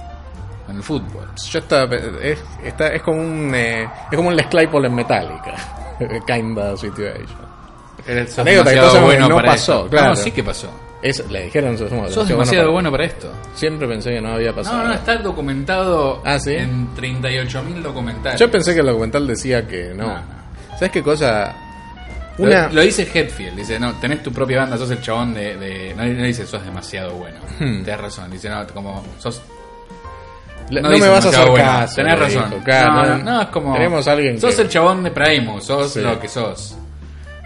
S2: en el fútbol.
S3: Yo estaba pe- es, está- es como un eh, es como un Les Claypool en Metallica, *laughs* kind of situation.
S2: Sos
S3: Anécdota que pasa que no pasó,
S2: esto.
S3: claro.
S2: No, sí que pasó.
S3: Es, le dijeron sos, somos
S2: Sos
S3: demasiado
S2: demasiado bueno
S3: bueno
S2: para esto.
S3: para- Siempre pensé que no había pasado.
S2: No, no, está documentado
S3: Ah, ¿sí?
S2: en 38.000 documentales.
S3: Yo pensé que el documental decía que no.
S2: No, no.
S3: ¿Sabes qué cosa?
S2: Lo-
S3: Una
S2: Lo, dice Hetfield, dice, no, tenés tu propia banda, sos el chabón de... de- No, no dice, sos demasiado bueno.
S3: Hmm.
S2: Tenés razón, dice, no, como, sos...
S3: No, me
S2: dice
S3: vas a hacer
S2: demasiado bueno,
S3: caso.
S2: Tenés
S3: le
S2: razón.
S3: dijo, claro,
S2: no, no, no, es como...
S3: Tenemos a alguien
S2: Sos
S3: que-
S2: el chabón de Primus, sos
S3: Sí.
S2: lo que sos.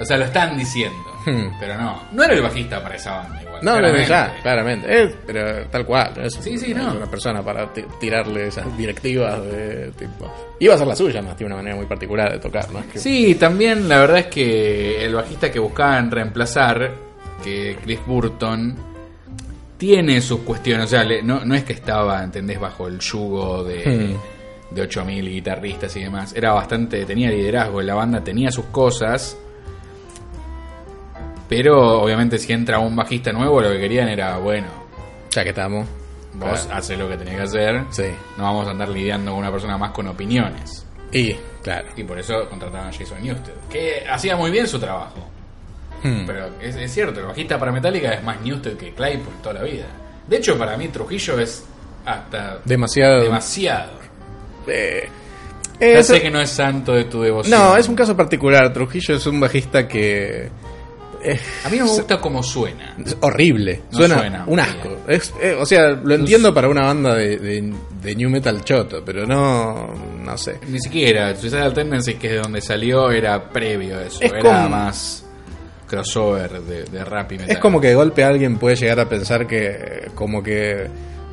S2: O sea, lo están diciendo.
S3: Hmm.
S2: Pero no, no era el bajista para esa banda igual.
S3: No, no,
S2: claramente.
S3: ya, claramente. Es, pero tal cual. no Es,
S2: Sí, sí,
S3: no es
S2: no.
S3: una persona para ti- tirarle esas directivas de tipo. Iba a ser la suya, más tiene una manera muy particular de tocar, ¿no? Es que-
S2: Sí, también la verdad es que el bajista que buscaban reemplazar, que Chris Burton, tiene sus cuestiones. O sea, le- no, no es que estaba, ¿entendés?, bajo el yugo de,
S3: Hmm.
S2: de 8000 guitarristas y demás. Era bastante, tenía liderazgo, la banda tenía sus cosas. Pero obviamente si entra un bajista nuevo, lo que querían era, bueno,
S3: Ya que estamos.
S2: vos
S3: Claro.
S2: haces lo que tenés que hacer.
S3: Sí.
S2: No vamos a andar lidiando con una persona más con opiniones.
S3: Y, claro.
S2: Y por eso contrataron a Jason Newsted, que hacía muy bien su trabajo.
S3: Hmm.
S2: Pero es, es cierto, el bajista para Metallica es más Newsted que Claypool toda la vida. De hecho, para mí Trujillo es hasta
S3: Demasiado.
S2: demasiado.
S3: Eh,
S2: Ya
S3: es-
S2: sé que no es santo de tu devoción.
S3: no, es un caso particular. Trujillo es un bajista que. Es
S2: A mí no me gusta cómo suena.
S3: horrible.
S2: No
S3: suena,
S2: suena,
S3: un asco. Es- eh, o sea, lo entiendo para una banda de, de, de new metal choto, pero no. No sé.
S2: Ni siquiera Suicidal Tendencies, que es de donde salió, era previo a eso.
S3: Es
S2: era
S3: como-
S2: más crossover de, de rap y metal.
S3: Es como que de golpe alguien puede llegar a pensar que como que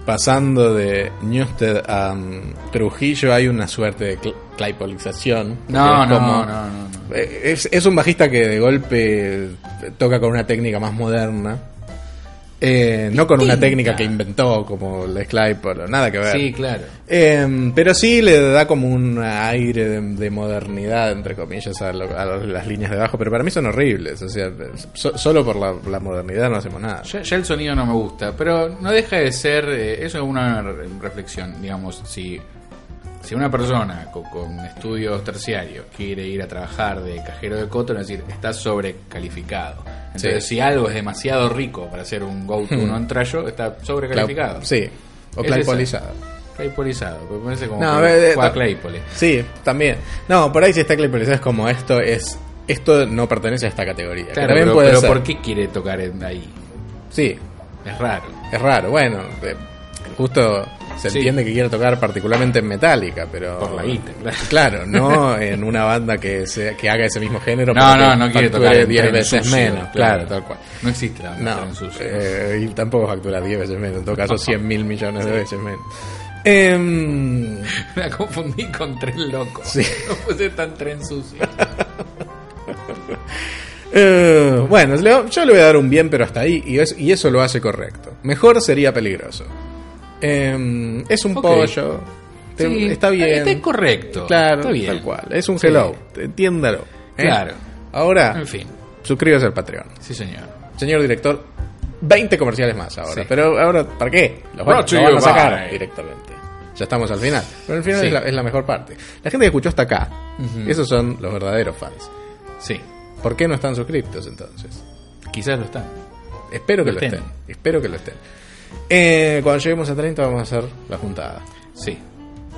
S3: pasando de Newstead a mm, Trujillo hay una suerte de cl- claypolización.
S2: No,
S3: Es
S2: no, no,
S3: como-
S2: no, no.
S3: Eh, Es, es un bajista que de golpe toca con una técnica más moderna. Eh, no con una
S2: Distinta.
S3: técnica que inventó como el Claypole, nada que ver.
S2: Sí, claro.
S3: Eh, pero sí le da como un aire de, de modernidad, entre comillas, a, lo- a lo- las líneas de abajo. Pero para mí son horribles. O sea, so- solo por la, la modernidad no hacemos nada.
S2: Ya, ya el sonido no me gusta, pero no deja de ser, eh, eso es una re- reflexión, digamos, si, si una persona co- con, estudios terciarios quiere ir a trabajar de cajero de coto, es decir, está sobrecalificado. Entonces,
S3: Sí.
S2: si algo es demasiado rico para ser un go-to, no entrayo, está sobrecalificado.
S3: Cla- sí. O
S2: Es esa.
S3: claypolizada.
S2: Claypolizado, porque parece como
S3: No,
S2: que
S3: a ver, eh,
S2: juega
S3: ta-
S2: Claypole.
S3: Sí, también. No, por ahí si está claypolizada es como esto es... Esto no pertenece a esta categoría. que
S2: Claro,
S3: también
S2: pero,
S3: puede
S2: pero
S3: ser.
S2: ¿por qué quiere tocar en- ahí?
S3: Sí,
S2: Es raro.
S3: es raro. Bueno, eh, justo se
S2: Sí.
S3: entiende que quiere tocar particularmente en Metallica, pero...
S2: Por la guita, claro. *laughs*
S3: Claro, no en una banda que, se- que haga ese mismo género.
S2: No,
S3: pero
S2: no,
S3: que
S2: no quiere
S3: facture
S2: tocar en
S3: 10
S2: tren
S3: veces
S2: sucio,
S3: menos. Claro, tal cual.
S2: No existe la
S3: No,
S2: en sucio.
S3: eh, y tampoco factura 10 veces menos, en todo
S2: *laughs*
S3: caso 100 mil millones de veces menos. Em,
S2: *laughs* La confundí con tren loco.
S3: Sí.
S2: *laughs* No puse tan tren sucio.
S3: eh, bueno, le- yo le voy a dar un bien, pero hasta ahí, y, es- y eso lo hace correcto. Mejor sería peligroso. Em, es un
S2: Ok.
S3: pollo, te-
S2: Sí,
S3: está bien.
S2: Está este correcto.
S3: Claro,
S2: está bien.
S3: tal cual. Es un
S2: Sí.
S3: hello, entiéndalo. ¿eh?
S2: Claro.
S3: Ahora,
S2: En fin,
S3: suscríbase al Patreon.
S2: sí, señor.
S3: Señor director, 20 comerciales más ahora.
S2: Sí.
S3: Pero ahora, ¿para qué? Los van,
S2: Brought to
S3: los van
S2: you
S3: a sacar
S2: by-
S3: directamente. Ya estamos al final. Pero el final
S2: Sí.
S3: es, la, es la mejor parte. La gente que escuchó hasta acá, esos son los verdaderos fans.
S2: Sí,
S3: ¿Por qué no están suscriptos entonces?
S2: quizás lo está.
S3: Espero que
S2: Lo
S3: lo,
S2: estén.
S3: estén. Espero que lo estén. Eh, cuando lleguemos a 30 vamos a hacer la juntada.
S2: Sí.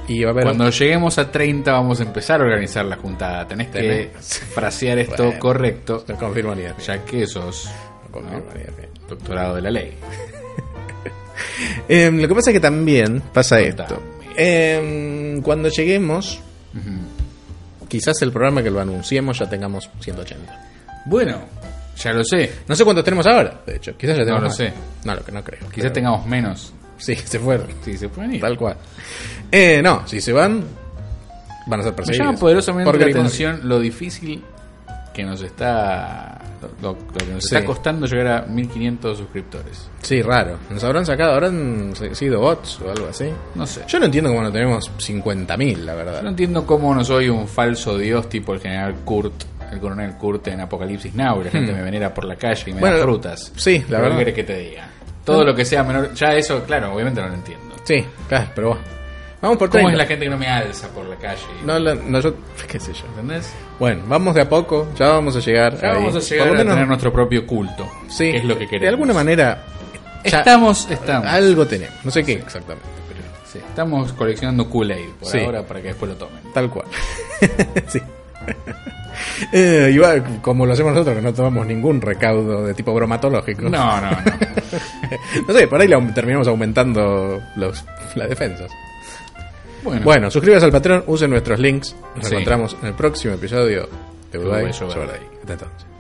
S3: Y va a haber
S2: Cuando lleguemos a 30 vamos a empezar a organizar la juntada. Tenés que
S3: Tenés.
S2: frasear esto
S3: Bueno.
S2: correcto,
S3: No confirmo ni idea.
S2: ya que sos
S3: No confirmo ni idea.
S2: doctorado de la ley.
S3: Em, lo que pasa es que también pasa
S2: Contame.
S3: esto. Em, cuando lleguemos, quizás el programa que lo anunciemos ya tengamos 180.
S2: Bueno, ya lo sé.
S3: No sé cuántos tenemos ahora, de hecho. Quizás ya tenemos.
S2: lo
S3: más.
S2: sé.
S3: No, lo que no creo.
S2: Quizás
S3: pero-
S2: tengamos menos.
S3: Sí, se fueron.
S2: Sí, se pueden ir.
S3: Tal cual. Eh, no, si se van, van a ser
S2: Me
S3: perseguidos.
S2: llama poderosamente
S3: Por
S2: la
S3: Grimaldi.
S2: atención lo difícil que nos está lo, lo- lo que nos
S3: Sí.
S2: está costando llegar a 1500 suscriptores.
S3: Sí, raro. Nos habrán sacado, habrán sido bots o algo así.
S2: No sé. Yo
S3: Yo no entiendo cómo no tenemos 50.000, la
S2: no
S3: verdad.
S2: entiendo cómo no soy un falso dios tipo el general Kurt, el coronel Kurt en Apocalipsis Now, que la gente me venera por la calle y me
S3: Hmm. Bueno,
S2: da frutas.
S3: sí, la
S2: ¿Qué
S3: verdad.
S2: querés que te diga? Todo lo que sea menor, ya eso, claro, obviamente no lo entiendo.
S3: Sí, claro, pero bueno. Vamos por
S2: ¿Cómo
S3: 30.
S2: es la gente que no me alza por la calle?
S3: No, la- no, yo, *laughs* qué sé yo.
S2: ¿Entendés?
S3: Bueno, vamos de a poco, ya vamos a llegar.
S2: Ya
S3: ahí.
S2: vamos a llegar
S3: Por lo
S2: a
S3: menos-
S2: tener nuestro propio culto.
S3: sí,
S2: que es lo que queremos.
S3: De alguna manera, ya
S2: Estamos, estamos.
S3: algo tenemos. No sé qué exactamente, pero
S2: Sí, estamos coleccionando Kool-Aid por
S3: Sí.
S2: ahora para que después lo tomen.
S3: tal cual. *laughs* sí. Eh, y va, como lo hacemos nosotros, que no tomamos ningún recaudo de tipo bromatológico.
S2: No, no, no.
S3: No sé, por ahí le aum- terminamos aumentando los, las defensas.
S2: *laughs* Bueno,
S3: Bueno, suscríbase al Patreon, usen nuestros links. Nos
S2: Sí.
S3: encontramos en el próximo episodio de
S2: Goodbye,
S3: Goodbye,
S2: Sober
S3: Sober Day. Hasta entonces.